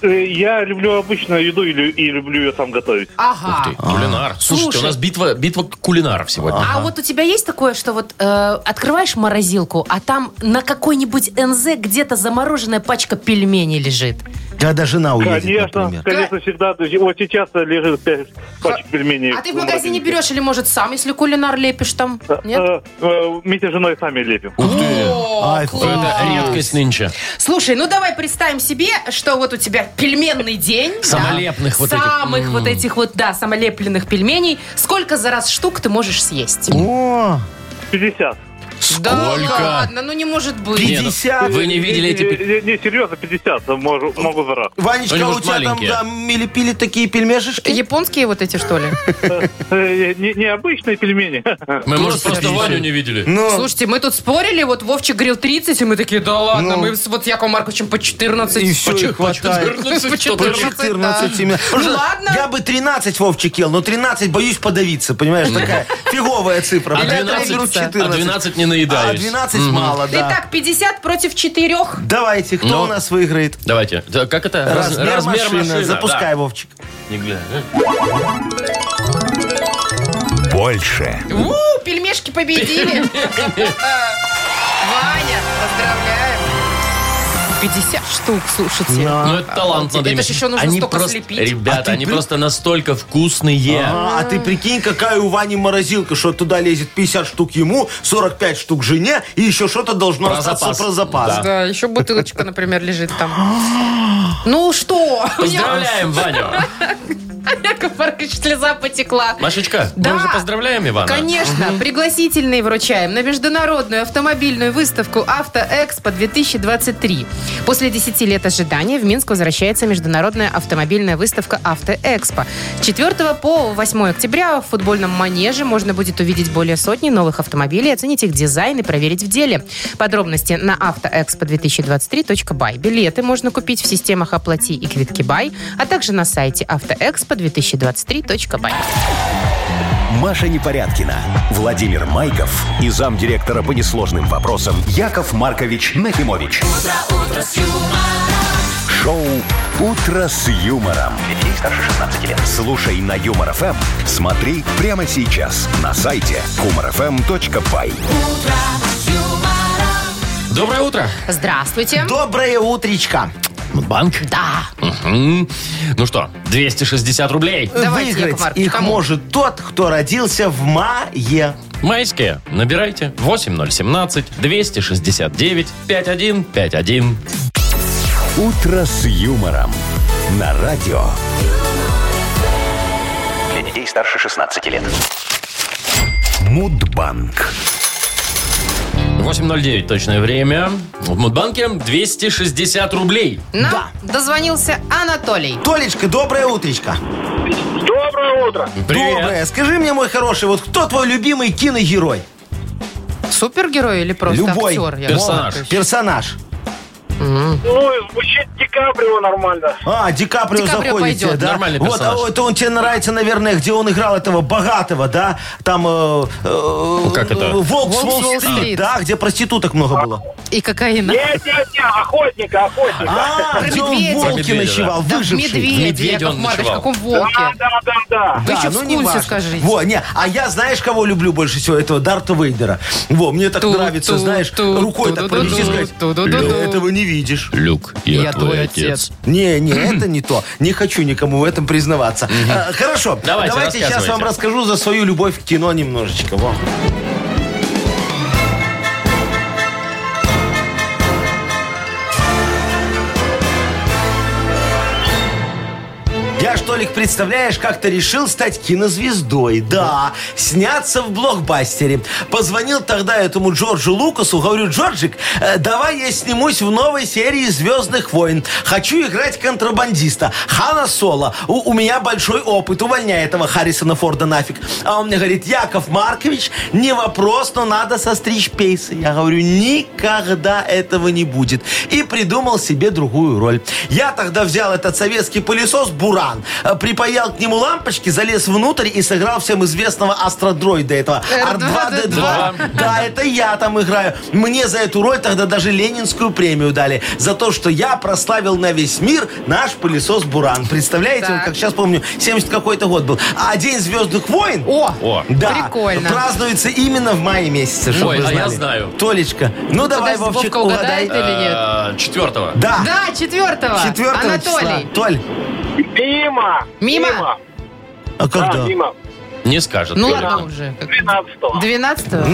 Speaker 7: Э, Я люблю обычную еду и, лю- и люблю ее сам готовить.
Speaker 3: Ага.
Speaker 4: А.
Speaker 2: Ты, кулинар. Слушайте,
Speaker 3: Слушай.
Speaker 2: у нас битва, битва кулинаров сегодня.
Speaker 3: А вот у тебя есть такое, что вот э, открываешь морозилку, а там на какой-нибудь НЗ где-то замороженная пачка пельменей лежит?
Speaker 4: Когда жена уедет,
Speaker 7: Конечно,
Speaker 4: например.
Speaker 7: конечно, всегда. То есть Вот сейчас лежит пять пачек пельменей.
Speaker 3: А ты в магазине
Speaker 7: морозилке.
Speaker 3: берешь или, может, сам, если кулинар лепишь там? Нет?
Speaker 7: ну, Э, э, Митя с женой сами лепим.
Speaker 2: Ух ты.
Speaker 3: О,
Speaker 4: Ай,
Speaker 3: класс.
Speaker 2: Это редкость нынче.
Speaker 3: Слушай, ну давай представим себе, что вот у тебя пельменный день. да?
Speaker 2: Самолепных вот этих.
Speaker 3: Самых вот этих вот, да, самолепленных пельменей. Сколько за раз штук ты можешь съесть?
Speaker 4: О,
Speaker 7: 50.
Speaker 3: Да
Speaker 2: Сколько?
Speaker 3: ладно, ну не может быть.
Speaker 2: Не, ну,
Speaker 4: 50.
Speaker 2: Вы не видели эти... пе-
Speaker 7: Не, не, не, серьезно, 50 могу, могу за раз.
Speaker 2: Ну, они,
Speaker 4: Ванечка, а у
Speaker 2: может,
Speaker 4: тебя
Speaker 2: маленькие.
Speaker 4: там да, мили-пили такие пельмешечки?
Speaker 3: Японские вот эти, что ли?
Speaker 7: Э, не- Необычные пельмени.
Speaker 2: Мы, может,
Speaker 4: Господи,
Speaker 2: просто
Speaker 4: еще.
Speaker 2: Ваню не видели.
Speaker 4: Ну,
Speaker 3: Слушайте, мы тут спорили, вот Вовчик говорил 30, и мы такие, да ладно,
Speaker 4: Ну.
Speaker 3: мы с- вот с Яковом Марковичем по 14.
Speaker 4: и все, и хватает. По 14 имя.
Speaker 3: Ну
Speaker 4: Слушай,
Speaker 3: ладно.
Speaker 4: Я бы 13 Вовчик ел, но 13 боюсь подавиться, понимаешь, такая фиговая цифра.
Speaker 2: А
Speaker 4: Поэтому
Speaker 2: 12
Speaker 4: беру
Speaker 3: а
Speaker 4: 14.
Speaker 2: а 12 не
Speaker 4: А
Speaker 2: наедаюсь.
Speaker 4: 12 мало, да.
Speaker 3: Итак, 50 против 4.
Speaker 4: Давайте, кто
Speaker 2: Ну.
Speaker 4: у нас выиграет?
Speaker 2: Давайте. Да, как это? Раз-
Speaker 4: Размер, машины.
Speaker 2: машина,
Speaker 4: Запускай, Вовчик.
Speaker 2: да. Не глядя,
Speaker 1: Больше.
Speaker 3: У, пельмешки победили. Ваня, поздравляем. 50 штук, слушайте.
Speaker 2: да. Ну, это талант
Speaker 3: Обалдеть.
Speaker 2: надо
Speaker 3: Это
Speaker 2: иметь.
Speaker 3: ж еще нужно
Speaker 2: они
Speaker 3: столько
Speaker 2: просто,
Speaker 3: слепить.
Speaker 4: А
Speaker 2: Ребята,
Speaker 4: ты
Speaker 2: они
Speaker 4: при-
Speaker 2: просто настолько вкусные.
Speaker 4: А, а ты прикинь, какая у Вани морозилка, что туда лезет 50 штук ему, 45 штук жене, и еще что-то должно
Speaker 2: Про
Speaker 4: остаться
Speaker 2: запас.
Speaker 4: про запас.
Speaker 2: Да.
Speaker 3: Да, еще бутылочка, например, лежит там. Ну что?
Speaker 2: Поздравляем, Ваню.
Speaker 3: Яков Маркович, слеза потекла.
Speaker 2: Машечка,
Speaker 3: Да.
Speaker 2: мы уже поздравляем Ивана.
Speaker 3: Конечно, пригласительные вручаем на международную автомобильную выставку «Автоэкспо-2023». После 10 лет ожидания в Минск возвращается международная автомобильная выставка «Автоэкспо». С 4 по 8 октября в футбольном манеже можно будет увидеть более сотни новых автомобилей, оценить их дизайн и проверить в деле. Подробности на автоэкспо2023.бай. Билеты можно купить в системах «Оплати» и «Квитки Бай», а также на сайте автоэкспо2023.бай.
Speaker 1: Маша Непорядкина, Владимир Майков и замдиректора по несложным вопросам Яков Маркович Нахимович. Шоу Утро с юмором.
Speaker 5: Детей старше 16 лет.
Speaker 1: Слушай на Юмор ФМ. Смотри прямо сейчас на сайте humorfm.by.
Speaker 2: Доброе утро.
Speaker 3: Здравствуйте.
Speaker 4: Доброе утречко.
Speaker 2: Банк.
Speaker 3: Да.
Speaker 2: Мгм. Ну что, 260 рублей.
Speaker 3: Давайте,
Speaker 4: Выиграть
Speaker 3: Яков Маркович,
Speaker 4: их
Speaker 3: кому?
Speaker 4: может тот, кто родился в мае.
Speaker 2: Майские. Набирайте 8017 269 5151.
Speaker 1: Утро с юмором. На радио.
Speaker 5: Для детей старше 16 лет.
Speaker 1: Мудбанк.
Speaker 2: 8.09 точное время. В Мудбанке 260 рублей.
Speaker 3: Нам дозвонился Анатолий.
Speaker 4: Толечка, доброе утречко.
Speaker 7: Доброе утро.
Speaker 2: Привет.
Speaker 4: Доброе. Скажи мне, мой хороший, вот кто твой любимый киногерой?
Speaker 3: Супергерой или просто
Speaker 4: Любой.
Speaker 3: актер? Яков
Speaker 2: Персонаж.
Speaker 3: Маркович?
Speaker 4: Персонаж.
Speaker 7: Ну, из мужчин Ди Каприо нормально.
Speaker 4: А, Ди Каприо,
Speaker 3: Ди Каприо
Speaker 4: заходит
Speaker 3: пойдет.
Speaker 4: тебе, да?
Speaker 2: Нормальный
Speaker 4: вот,
Speaker 2: персонаж.
Speaker 4: а вот он тебе нравится, наверное, где он играл этого богатого, да? Там... э, э,
Speaker 2: Ну, Как это?
Speaker 4: Волк
Speaker 3: Волк
Speaker 4: с
Speaker 3: с Уолл-стрит.
Speaker 4: Уолл-стрит, да, где проституток много было.
Speaker 3: И кокаина.
Speaker 7: Нет, нет, нет, охотника, охотника.
Speaker 4: А, где он
Speaker 3: медведя.
Speaker 2: Про
Speaker 4: волки
Speaker 2: медведя,
Speaker 4: ночевал,
Speaker 3: Да в
Speaker 4: выживший.
Speaker 3: медведе,
Speaker 2: Медведя
Speaker 3: Яков
Speaker 2: он
Speaker 3: Маркович, в
Speaker 2: ночевал.
Speaker 3: каком волке.
Speaker 7: Да, да, да, да.
Speaker 3: Вы еще в
Speaker 4: не
Speaker 3: курсе
Speaker 4: важно.
Speaker 3: скажите.
Speaker 4: ну, Во, не, а я, знаешь, кого люблю больше всего? Этого Дарта Вейдера. Во, мне так
Speaker 3: Ту-
Speaker 4: нравится,
Speaker 3: ту-
Speaker 4: знаешь,
Speaker 3: ту-
Speaker 4: рукой
Speaker 3: ту-
Speaker 4: так
Speaker 3: ту-
Speaker 4: провести и
Speaker 3: ту-
Speaker 4: сказать,
Speaker 3: ту- ту- ту- ту.
Speaker 4: этого не видишь.
Speaker 2: Люк, я, твой, отец.
Speaker 4: Не, не, это не то. Не хочу никому в этом признаваться. А, Хорошо,
Speaker 2: Давайте,
Speaker 4: давайте сейчас
Speaker 2: рассказывайте.
Speaker 4: вам расскажу за свою любовь к кино немножечко. Во. Я, что ли, представляешь, как-то решил стать кинозвездой. Да, сняться в блокбастере. Позвонил тогда этому Джорджу Лукасу, говорю, Джорджик, э, давай я снимусь в новой серии «Звездных войн». Хочу играть контрабандиста. Хана Соло. У, у меня большой опыт. Увольняй этого Харрисона Форда нафиг. А он мне говорит, Яков Маркович, не вопрос, но надо состричь пейсы. Я говорю, никогда этого не будет. И придумал себе другую роль. Я тогда взял этот советский пылесос «Буран», э, припаял к нему лампочки, залез внутрь и сыграл всем известного астродроида этого. R2-D2. Да, это я там играю. Мне за эту роль тогда даже Ленинскую премию дали. За то, что я прославил на весь мир наш пылесос «Буран». Представляете, вот
Speaker 3: Так.
Speaker 4: как сейчас помню, 70 какой-то год был. А День звездных войн...
Speaker 3: О,
Speaker 2: О,
Speaker 4: Да,
Speaker 3: прикольно.
Speaker 4: празднуется именно в мае месяце, чтобы
Speaker 2: Ой,
Speaker 4: вы
Speaker 2: а я
Speaker 4: знали.
Speaker 2: знаю.
Speaker 4: Толечка, ну давай,
Speaker 3: Подожди,
Speaker 4: Вовчик,
Speaker 3: Вовка угадает
Speaker 4: угадай.
Speaker 3: или нет?
Speaker 2: А, Четвертого.
Speaker 4: Да,
Speaker 3: Да, четвертого.
Speaker 4: 4
Speaker 3: Анатолий.
Speaker 4: числа. Толь,
Speaker 7: Мимо.
Speaker 3: Мимо?
Speaker 4: а
Speaker 7: Да,
Speaker 4: когда?
Speaker 7: мимо.
Speaker 2: Не скажет.
Speaker 3: Ну
Speaker 2: Галина.
Speaker 3: ладно уже.
Speaker 7: 12
Speaker 3: 12 13 Ну да.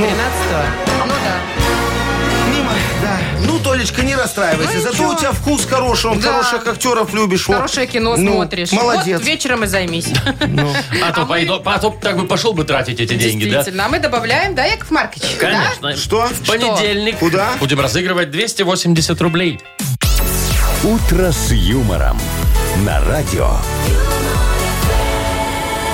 Speaker 4: Мимо, да. Ну, Толечка, не расстраивайся.
Speaker 3: Ну,
Speaker 4: Зато
Speaker 3: ничего.
Speaker 4: у тебя вкус хороший, он
Speaker 3: Да.
Speaker 4: хороших актеров любишь. вот.
Speaker 3: Хорошее кино
Speaker 4: Ну,
Speaker 3: смотришь.
Speaker 4: Молодец.
Speaker 3: Вот вечером и займись.
Speaker 2: А то пойду, а то так бы пошел бы тратить эти деньги, да?
Speaker 3: Действительно. А мы добавляем, да, Яков Маркович? Да?
Speaker 2: Конечно.
Speaker 4: Что?
Speaker 2: В понедельник
Speaker 4: Куда?
Speaker 2: будем разыгрывать 280 рублей.
Speaker 1: «Утро с юмором» на радио.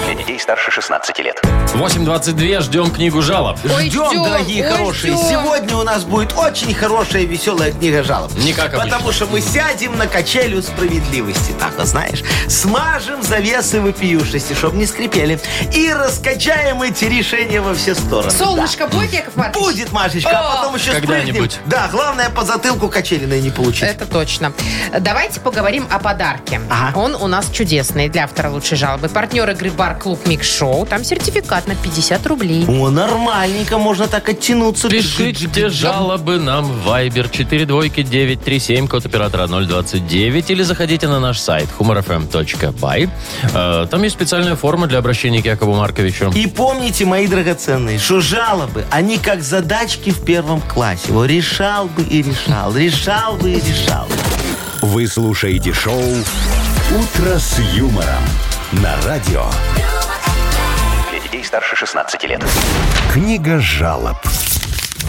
Speaker 5: Для детей старше 16 лет.
Speaker 2: 8.22, ждем книгу жалоб.
Speaker 3: Ой,
Speaker 4: Ждем,
Speaker 3: ждем,
Speaker 4: дорогие
Speaker 3: ой,
Speaker 4: хорошие.
Speaker 3: ждем.
Speaker 4: Сегодня у нас будет очень хорошая, веселая книга жалоб.
Speaker 2: Не как обычно.
Speaker 4: Потому что мы сядем на качелю справедливости. Так, вот знаешь, смажем завесы вопиюшести, чтобы не скрипели. И раскачаем эти решения во все стороны.
Speaker 3: Солнышко будет, Яков
Speaker 4: Да.
Speaker 3: Маркович?
Speaker 4: Будет, Машечка, а
Speaker 3: О,
Speaker 4: потом еще
Speaker 2: когда-нибудь.
Speaker 4: спрыгнем. Да, главное по затылку качелиной не получить.
Speaker 3: Это точно. Давайте поговорим о подарке.
Speaker 4: Ага.
Speaker 3: Он у нас чудесный для автора лучшей жалобы. Партнер игры «Бар Клуб Микс Шоу». Там сертификат на 50 рублей.
Speaker 4: О, нормальненько, можно так оттянуться.
Speaker 2: Пишите жалобы нам в Viber 42937, код оператора 029, или заходите на наш сайт humorfm.by. Э, Там есть специальная форма для обращения к Якову Марковичу.
Speaker 4: И помните, мои драгоценные, что жалобы, они как задачки в первом классе. Вот решал бы и решал, решал бы и решал.
Speaker 1: Вы слушаете шоу «Утро с юмором» на радио.
Speaker 5: Для детей старше 16 лет.
Speaker 1: Книга жалоб.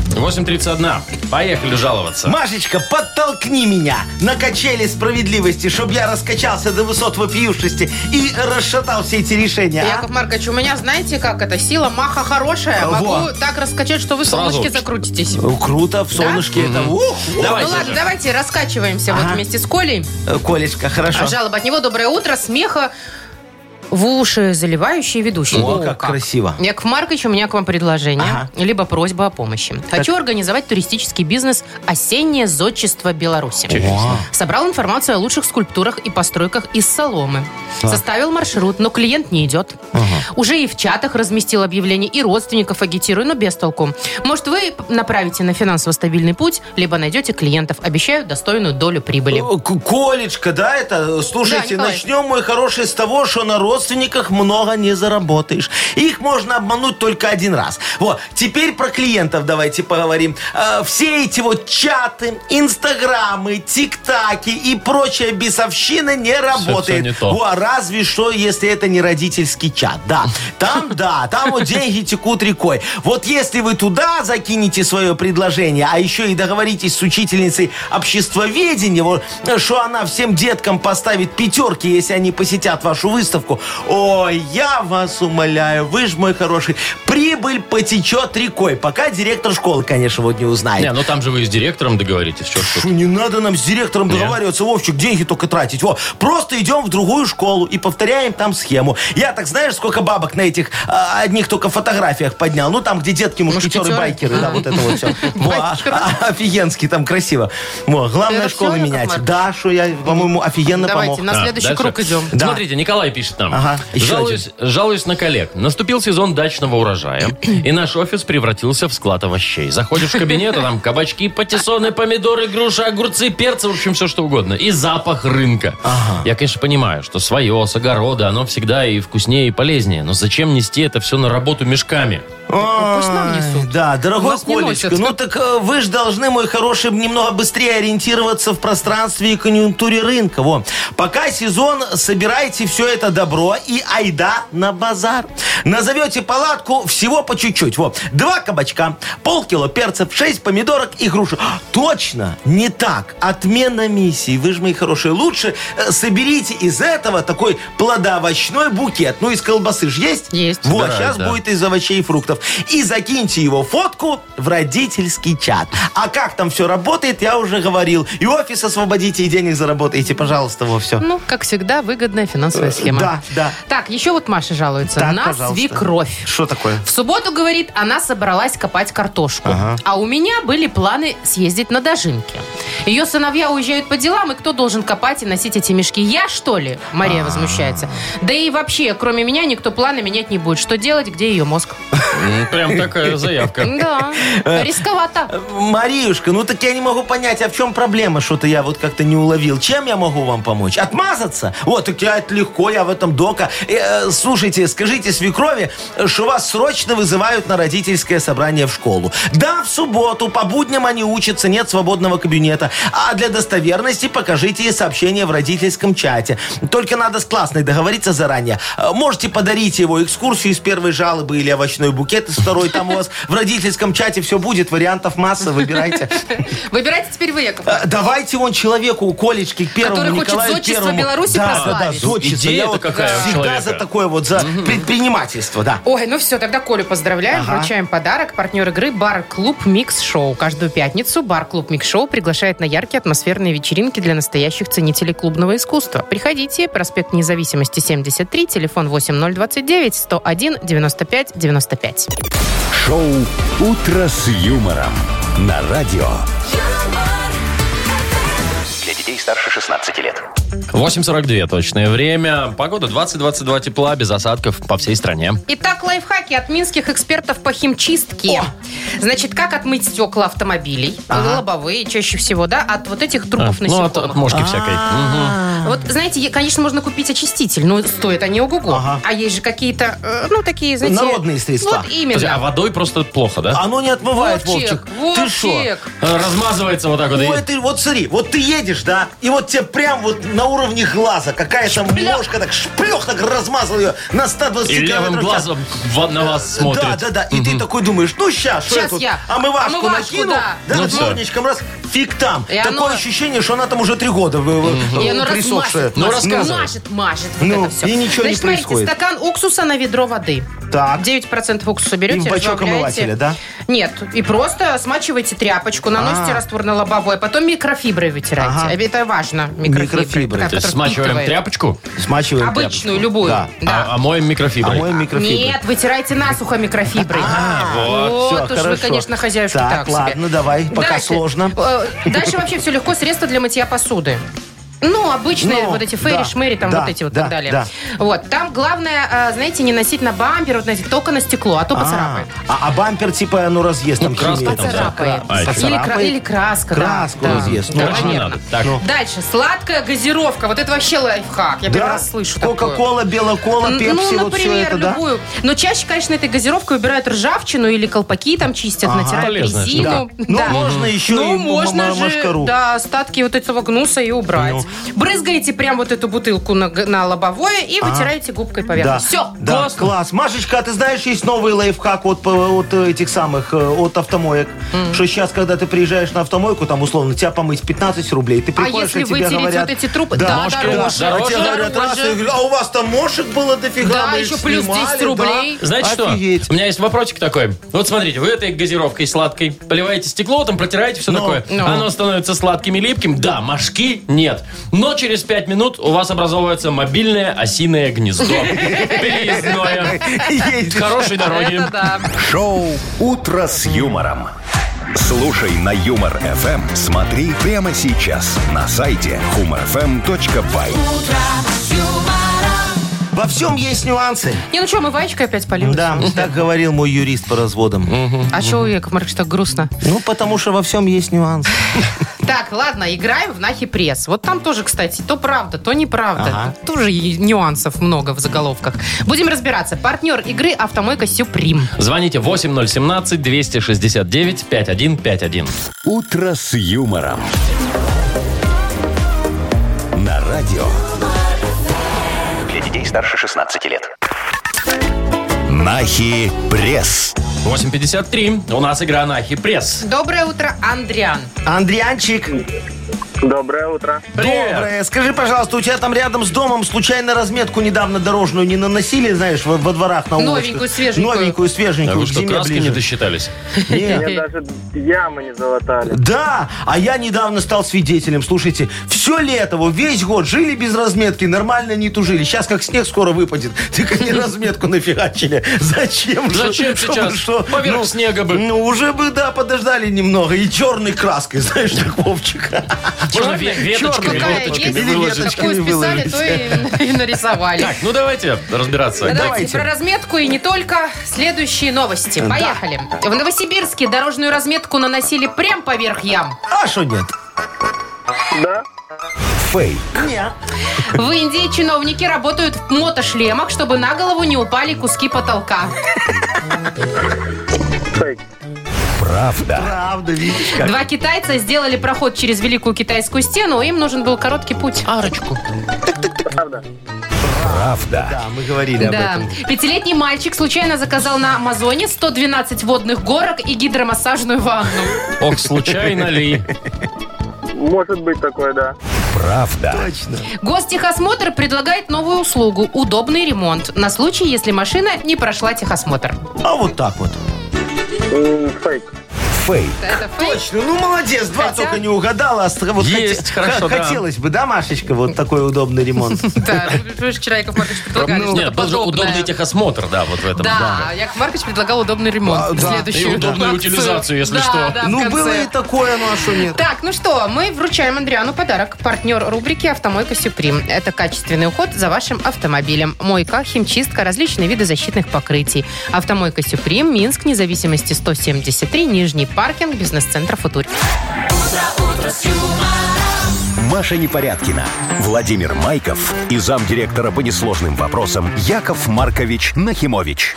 Speaker 2: 8.31. Поехали жаловаться.
Speaker 4: Машечка, подтолкни меня на качели справедливости, чтобы я раскачался до высот вопиюшести и расшатал все эти решения. а?
Speaker 3: Яков Маркович, у меня, знаете как это, сила маха хорошая.
Speaker 4: Во.
Speaker 3: Могу так раскачать, что вы
Speaker 2: Сразу.
Speaker 3: солнышки закрутитесь.
Speaker 4: О, Круто, в солнышке это. Ух, ух.
Speaker 2: Давайте
Speaker 3: ну ладно,
Speaker 2: же.
Speaker 3: давайте раскачиваемся вот
Speaker 4: Ага.
Speaker 3: вместе с Колей.
Speaker 4: Э, Колечка, хорошо.
Speaker 3: А жалоба от него «Доброе утро», смеха в уши заливающие ведущие.
Speaker 4: О, как красиво.
Speaker 3: Яков Маркович, у меня к вам предложение,
Speaker 4: Ага.
Speaker 3: либо просьба о помощи. Хочу организовать туристический бизнес «Осеннее зодчество Беларуси». Собрал информацию о лучших скульптурах и постройках из соломы. Составил маршрут, но клиент не идет. Уже и в чатах разместил объявление, и родственников агитирую, но без толку. Может, вы направите на финансово стабильный путь, либо найдете клиентов. Обещаю достойную долю прибыли.
Speaker 4: О, Э, К- Колечка, да, это?
Speaker 3: Да,
Speaker 4: Слушайте,
Speaker 3: Николай.
Speaker 4: начнем, мой хороший, с того, что на родственниках много не заработаешь. Их можно обмануть только один раз. Вот, теперь про клиентов давайте поговорим. Э, все эти вот чаты, инстаграмы, тиктаки и прочая бесовщина не работает.
Speaker 2: не то.
Speaker 4: Во, а разве что, если это не родительский чат. Да, там, да, там вот деньги текут рекой. Вот если вы туда закинете свое предложение, а еще и договоритесь с учительницей обществоведения, вот, э, что она всем деткам поставит пятерки, если они посетят вашу выставку. Ой, я вас умоляю, вы ж мой хороший. Прибыль потечет рекой, пока директор школы, конечно, вот не узнает.
Speaker 2: Не, ну там же вы с директором договоритесь. Чё ж тут.
Speaker 4: Фу, не надо нам с директором договариваться, Вовчик, деньги только тратить. Во, просто идем в другую школу и повторяем там схему. Я так знаешь, сколько бабок на этих а, одних только фотографиях поднял. Ну, там, где детки, мушкетеры,
Speaker 3: Мушкетеры?
Speaker 4: байкеры, да,
Speaker 3: А.
Speaker 4: вот это вот все.
Speaker 3: Байкеры.
Speaker 4: Офигенски, там красиво. Во, главное
Speaker 3: Это
Speaker 4: школу
Speaker 3: всё, Яков
Speaker 4: менять.
Speaker 3: Маркович?
Speaker 4: Да, что я, по-моему, офигенно
Speaker 3: Давайте
Speaker 4: помог.
Speaker 3: на
Speaker 2: А,
Speaker 3: следующий
Speaker 2: дальше?
Speaker 3: круг идем.
Speaker 4: Да.
Speaker 2: Смотрите, Николай пишет нам.
Speaker 4: Ага, еще
Speaker 2: жалуюсь, жалуюсь на коллег. Наступил сезон дачного урожая, и наш офис превратился в склад овощей. Заходишь в кабинет, а там кабачки, патиссоны, помидоры, груши, огурцы, перцы, в общем, все что угодно. И запах рынка. Я, конечно, понимаю, что свое, с огорода, оно всегда и вкуснее, и полезнее. Но зачем нести это все на работу мешками?
Speaker 3: Пусть нам несут.
Speaker 4: Ой, Да, дорогой
Speaker 3: Нас не
Speaker 4: Колечка,
Speaker 3: носят.
Speaker 4: ну так э, вы же должны, мой хороший, немного быстрее ориентироваться в пространстве и конъюнктуре рынка. Во. Пока сезон, собирайте все это добро и айда на базар. Назовете палатку всего по чуть-чуть. Во. Два кабачка, полкило перцев, шесть помидорок и груши. Точно, не так. Отмена миссии. Вы же, мои хорошие, лучше э, соберите из этого такой плодоовощной букет. Ну, из колбасы же есть?
Speaker 3: Есть.
Speaker 4: Вот,
Speaker 2: Да,
Speaker 4: сейчас
Speaker 2: да.
Speaker 4: будет из овощей и фруктов. И закиньте его фотку в родительский чат. А как там все работает, я уже говорил. И офис освободите, и денег заработаете, пожалуйста, во все.
Speaker 3: Ну, как всегда, выгодная финансовая схема.
Speaker 4: Э, Да, да.
Speaker 3: Так, еще вот Маша жалуется.
Speaker 4: Так,
Speaker 3: на
Speaker 4: пожалуйста.
Speaker 3: свекровь.
Speaker 4: Что такое?
Speaker 3: В субботу, говорит, она собралась копать картошку. А у меня были планы съездить на дожинки. Ее сыновья уезжают по делам, и кто должен копать и носить эти мешки? Я, что ли? Мария возмущается. Да и вообще, кроме меня, никто планы менять не будет. Что делать, где ее мозг?
Speaker 2: М, Прям такая заявка.
Speaker 3: Да, рисковато.
Speaker 4: Э, Мариюшка, ну так я не могу понять, а в чем проблема? Что-то я вот как-то не уловил. Чем я могу вам помочь? Отмазаться? Вот, так я это легко, я в этом дока. Э, э, слушайте, скажите свекрови, э, что вас срочно вызывают на родительское собрание в школу. Да, в субботу, по будням они учатся, нет свободного кабинета. А для достоверности покажите ей сообщение в родительском чате. Только надо с классной договориться заранее. Э, Можете подарить его экскурсию из первой жалобы или овощной букет из второй. Там у вас в родительском чате все будет, вариантов масса, выбирайте.
Speaker 3: Выбирайте теперь вы, Яков.
Speaker 4: Э, Давайте он человеку, Колечке, к первому,
Speaker 3: Который хочет
Speaker 4: Николаю
Speaker 3: зодчество
Speaker 4: Первому.
Speaker 3: Беларуси
Speaker 4: да, Да, да,
Speaker 3: прославить.
Speaker 4: зодчество.
Speaker 2: Идея-то
Speaker 4: Я вот
Speaker 2: какая у
Speaker 4: всегда
Speaker 2: человека.
Speaker 4: за такое вот, за предпринимательство, да.
Speaker 3: Ой, ну все, тогда Колю поздравляем,
Speaker 4: Ага.
Speaker 3: вручаем подарок. Партнер игры «Бар-клуб Микс Шоу». Каждую пятницу «Бар-клуб Микс Шоу» приглашает на яркие атмосферные вечеринки для настоящих ценителей клубного искусства. Приходите, проспект Независимости, 73, телефон 8029-101-95-95.
Speaker 1: Шоу «Утро с юмором» на радио.
Speaker 5: Для детей старше 16 лет.
Speaker 2: 8.42 точное время. Погода 20-22 тепла, без осадков по всей стране.
Speaker 3: Итак, лайфхаки от минских экспертов по химчистке. Значит, как отмыть стекла автомобилей, лобовые чаще всего, да, от вот этих трупов
Speaker 2: А, ну,
Speaker 3: насекомых.
Speaker 2: от, от мошки всякой. Мгм.
Speaker 4: А.
Speaker 3: Вот, знаете, е- конечно, можно купить очиститель, но стоят они ого-го. А есть же какие-то, э, ну, такие, знаете...
Speaker 4: Народные средства.
Speaker 3: Вот
Speaker 2: Подожди, а
Speaker 3: именно.
Speaker 2: водой просто плохо, да?
Speaker 4: Оно не отмывает, Вовчик. Ты что?
Speaker 3: Вовчик.
Speaker 2: Э, Размазывается вот так
Speaker 3: Ну,
Speaker 2: вот.
Speaker 4: Ой, ты, вот смотри, вот ты едешь, да, и вот тебе прям вот на уровне глаза какая-то мошка так шплех так размазал ее на 120
Speaker 2: И, и левым
Speaker 4: километров в час.
Speaker 2: глазом в- на вас смотрит.
Speaker 4: Да, да, да. И ты такой думаешь, ну сейчас,
Speaker 3: Щас
Speaker 4: я тут
Speaker 3: я
Speaker 4: омывашку,
Speaker 3: омывашку,
Speaker 4: накину,
Speaker 3: да.
Speaker 4: да,
Speaker 2: Ну всё.
Speaker 4: дворничком раз, фиг там.
Speaker 3: И
Speaker 4: Такое
Speaker 3: оно-
Speaker 4: ощущение, что она там уже три года э, э,
Speaker 3: И оно
Speaker 4: присохшая.
Speaker 3: размажет,
Speaker 2: Ну,
Speaker 3: мажет,
Speaker 2: рассказывай.
Speaker 3: мажет, мажет вот
Speaker 4: Ну,
Speaker 3: это все.
Speaker 4: и ничего не
Speaker 3: Значит, смотрите,
Speaker 4: происходит.
Speaker 3: стакан уксуса на ведро воды.
Speaker 4: Так.
Speaker 3: 9% уксуса берете,
Speaker 4: И в бачок
Speaker 3: разбавляете.
Speaker 4: омывателя, да?
Speaker 3: Нет, и просто смачиваете тряпочку, наносите
Speaker 4: А.
Speaker 3: раствор на лобовой, потом микрофиброй вытираете.
Speaker 4: Ага.
Speaker 3: Это важно, микрофиброй.
Speaker 4: Микрофиброй.
Speaker 3: та,
Speaker 2: То есть
Speaker 3: которая
Speaker 2: смачиваем
Speaker 3: впитывает.
Speaker 2: тряпочку,
Speaker 4: Смачиваем
Speaker 3: Обычную,
Speaker 4: тряпочку.
Speaker 3: любую.
Speaker 4: Да.
Speaker 3: Да.
Speaker 2: а, а моем микрофиброй.
Speaker 4: А мой микрофибр.
Speaker 3: Нет, вытирайте насухо микрофиброй.
Speaker 4: Всё,
Speaker 3: вот, уж вы,
Speaker 4: А, хорошо.
Speaker 3: конечно, хозяюшки
Speaker 4: Так,
Speaker 3: так, себе.
Speaker 4: ладно, давай, пока
Speaker 3: Дальше.
Speaker 4: сложно.
Speaker 3: Э, Дальше вообще все легко. Средства для мытья посуды. Ну, обычные
Speaker 4: Ну,
Speaker 3: вот эти фэри,
Speaker 4: да,
Speaker 3: шмэри, там
Speaker 4: да,
Speaker 3: вот эти вот
Speaker 4: да,
Speaker 3: так далее.
Speaker 4: да.
Speaker 3: Вот, там главное, э, знаете, не носить на бампер, вот, знаете, только на стекло, а то
Speaker 4: А,
Speaker 3: поцарапает.
Speaker 4: а, а бампер типа ну разъест там
Speaker 2: краска
Speaker 4: химия.
Speaker 2: там
Speaker 3: Поцарапает.
Speaker 2: А,
Speaker 4: еще.
Speaker 3: Или, кра- или краска, да,
Speaker 4: Краску
Speaker 3: да.
Speaker 4: разъест.
Speaker 3: Да,
Speaker 4: Ну,
Speaker 2: Короче, не
Speaker 3: наверное.
Speaker 2: надо. Так,
Speaker 3: Дальше, сладкая газировка. Вот это вообще лайфхак. Я первый раз слышу такое.
Speaker 4: Кока-кола, белокола, пепси,
Speaker 3: ну,
Speaker 4: вот все
Speaker 3: например,
Speaker 4: это, да?
Speaker 3: любую. Но чаще, конечно, этой газировкой убирают ржавчину или колпаки там чистят, натирают
Speaker 2: Полезная
Speaker 4: Да.
Speaker 3: резину.
Speaker 4: Ну,
Speaker 3: Да.
Speaker 4: можно еще
Speaker 3: Ну,
Speaker 4: и
Speaker 3: можно
Speaker 4: м- Ну. м-
Speaker 3: же,
Speaker 4: машкару.
Speaker 3: да, остатки вот этого гнуса и убрать. Брызгаете прям вот эту бутылку на, г- на лобовое и вытираете губкой поверхность. Все.
Speaker 4: А. да, класс. Машечка, а ты знаешь, есть новый лайфхак от, э, от этих самых, э, от автомоек, что сейчас, когда ты приезжаешь на автомойку, там, условно, тебя помыть 15 рублей, ты
Speaker 3: А
Speaker 4: приходишь,
Speaker 3: если
Speaker 4: и тебе
Speaker 3: вытереть
Speaker 4: говорят...
Speaker 3: вот эти трупы?
Speaker 4: Да,
Speaker 3: Да,
Speaker 4: Машка,
Speaker 2: дороже,
Speaker 4: да, а тебе
Speaker 2: дороже.
Speaker 4: говорят, раз, я говорю, а у вас там мошек было дофига,
Speaker 3: Да,
Speaker 4: мы их
Speaker 3: еще плюс
Speaker 4: снимали,
Speaker 3: 10
Speaker 4: да».
Speaker 3: рублей.
Speaker 2: Знаете
Speaker 4: Офигеть.
Speaker 2: что? У меня есть вопросик такой. Вот смотрите, вы этой газировкой сладкой поливаете стекло, там протираете все
Speaker 4: Ну.
Speaker 2: такое.
Speaker 3: Ну.
Speaker 2: Оно становится сладким и липким. Да, мошки нет. Но через 5 минут у вас образовывается мобильное осиное гнездо. Переездное.
Speaker 4: Ездишь.
Speaker 2: Хорошей дороги.
Speaker 3: Это да.
Speaker 1: Шоу «Утро с юмором». Слушай на Юмор ФМ. Смотри прямо сейчас на сайте humorfm.by.
Speaker 4: Во всем есть нюансы.
Speaker 3: Не, ну что, мы Ваечкой опять полилась?
Speaker 4: Да, так говорил мой юрист по разводам.
Speaker 3: А что, Яков Маркович, так грустно?
Speaker 4: Ну, потому что во всем есть нюансы.
Speaker 3: Так, ладно, играем в Нахи Пресс. Вот там тоже, кстати, то правда, то неправда.
Speaker 4: Ага.
Speaker 3: Тут Тоже и нюансов много в заголовках. Будем разбираться. Партнер игры «Автомойка Сюприм».
Speaker 2: Звоните 8017-269-5151.
Speaker 1: «Утро с юмором». На радио.
Speaker 5: Для детей старше 16 лет.
Speaker 1: Нахи пресс.
Speaker 2: 8.53. У нас игра Нахи Пресс.
Speaker 3: Доброе утро, Андриан.
Speaker 4: Андрианчик,
Speaker 7: Доброе утро.
Speaker 2: Привет.
Speaker 4: доброе. Скажи, пожалуйста, у тебя там рядом с домом случайно разметку недавно дорожную не наносили, знаешь, во, во дворах на улочках?
Speaker 3: Новенькую, свеженькую.
Speaker 4: Новенькую, свеженькую.
Speaker 2: А вы
Speaker 4: к
Speaker 2: что,
Speaker 4: зиме
Speaker 2: краски не
Speaker 4: ближе.
Speaker 2: досчитались?
Speaker 4: Не.
Speaker 7: Мне даже ямы не залатали.
Speaker 4: Да, а я недавно стал свидетелем. Слушайте, все лето, вот весь год жили без разметки, нормально не тужили. Сейчас как снег скоро выпадет. Так они разметку нафигачили. Зачем? же?
Speaker 2: Зачем
Speaker 4: Чтобы
Speaker 2: сейчас? Поверх снега бы.
Speaker 4: Ну, уже бы, да, подождали немного. И черной краской, знаешь, так, Вовчик.
Speaker 2: Можно ве-
Speaker 4: Чёрный,
Speaker 2: веточками,
Speaker 4: какая
Speaker 2: веточками
Speaker 4: есть?
Speaker 2: выложить?
Speaker 4: Веточками
Speaker 3: Какую списали, то и, и нарисовали.
Speaker 2: Так, ну давайте разбираться.
Speaker 3: Давайте
Speaker 4: давайте.
Speaker 3: про разметку и не только. Следующие новости. Поехали. В Новосибирске дорожную разметку наносили прям поверх ям.
Speaker 4: А что нет?
Speaker 7: Да?
Speaker 1: Фейк.
Speaker 3: В Индии чиновники работают в мотошлемах, чтобы на голову не упали куски потолка.
Speaker 1: Правда.
Speaker 4: Правда, видишь, как?
Speaker 3: Два китайца сделали проход через Великую Китайскую стену, им нужен был короткий путь. Арочку.
Speaker 1: Правда.
Speaker 4: Да, мы говорили об
Speaker 3: Да.
Speaker 4: этом.
Speaker 3: Пятилетний мальчик случайно заказал на Амазоне 112 водных горок и гидромассажную ванну.
Speaker 2: Ох, случайно ли?
Speaker 7: Может быть такое, да.
Speaker 1: Правда.
Speaker 4: Точно.
Speaker 3: Гостехосмотр предлагает новую услугу – удобный ремонт на случай, если машина не прошла техосмотр.
Speaker 4: А вот так вот.
Speaker 7: Фейк.
Speaker 1: Фейк.
Speaker 3: Это фейк.
Speaker 4: Точно, ну молодец, два
Speaker 3: Хотя-
Speaker 4: только не угадала. а с- вот
Speaker 2: Есть,
Speaker 4: хоте-
Speaker 2: хорошо,
Speaker 4: х-
Speaker 2: да.
Speaker 4: Хотелось бы, да, Машечка, вот такой удобный ремонт?
Speaker 3: Да, вы же вчера, Яков Маркович, предлагали что-то
Speaker 2: Ну, Нет, был же
Speaker 3: подобное.
Speaker 2: удобный техосмотр, да, вот в этом.
Speaker 3: Да, Яков Маркович предлагал удобный ремонт.
Speaker 4: А, да,
Speaker 3: Следующую
Speaker 2: и удобную
Speaker 3: акцию.
Speaker 2: утилизацию, если
Speaker 3: Да,
Speaker 2: что.
Speaker 3: да, в
Speaker 4: Ну,
Speaker 3: конце.
Speaker 4: было и такое, ну а что нет?
Speaker 3: Так, ну что, мы вручаем Андриану подарок. Партнер рубрики «Автомойка Сюприм». Это качественный уход за вашим автомобилем. Мойка, химчистка, различные виды защитных покрытий. «Автомойка Сюприм», Минск, независимости 173, Нижний паркинг, бизнес-центр «Футур».
Speaker 1: Маша Непорядкина, Владимир Майков и замдиректора по несложным вопросам Яков Маркович Нахимович.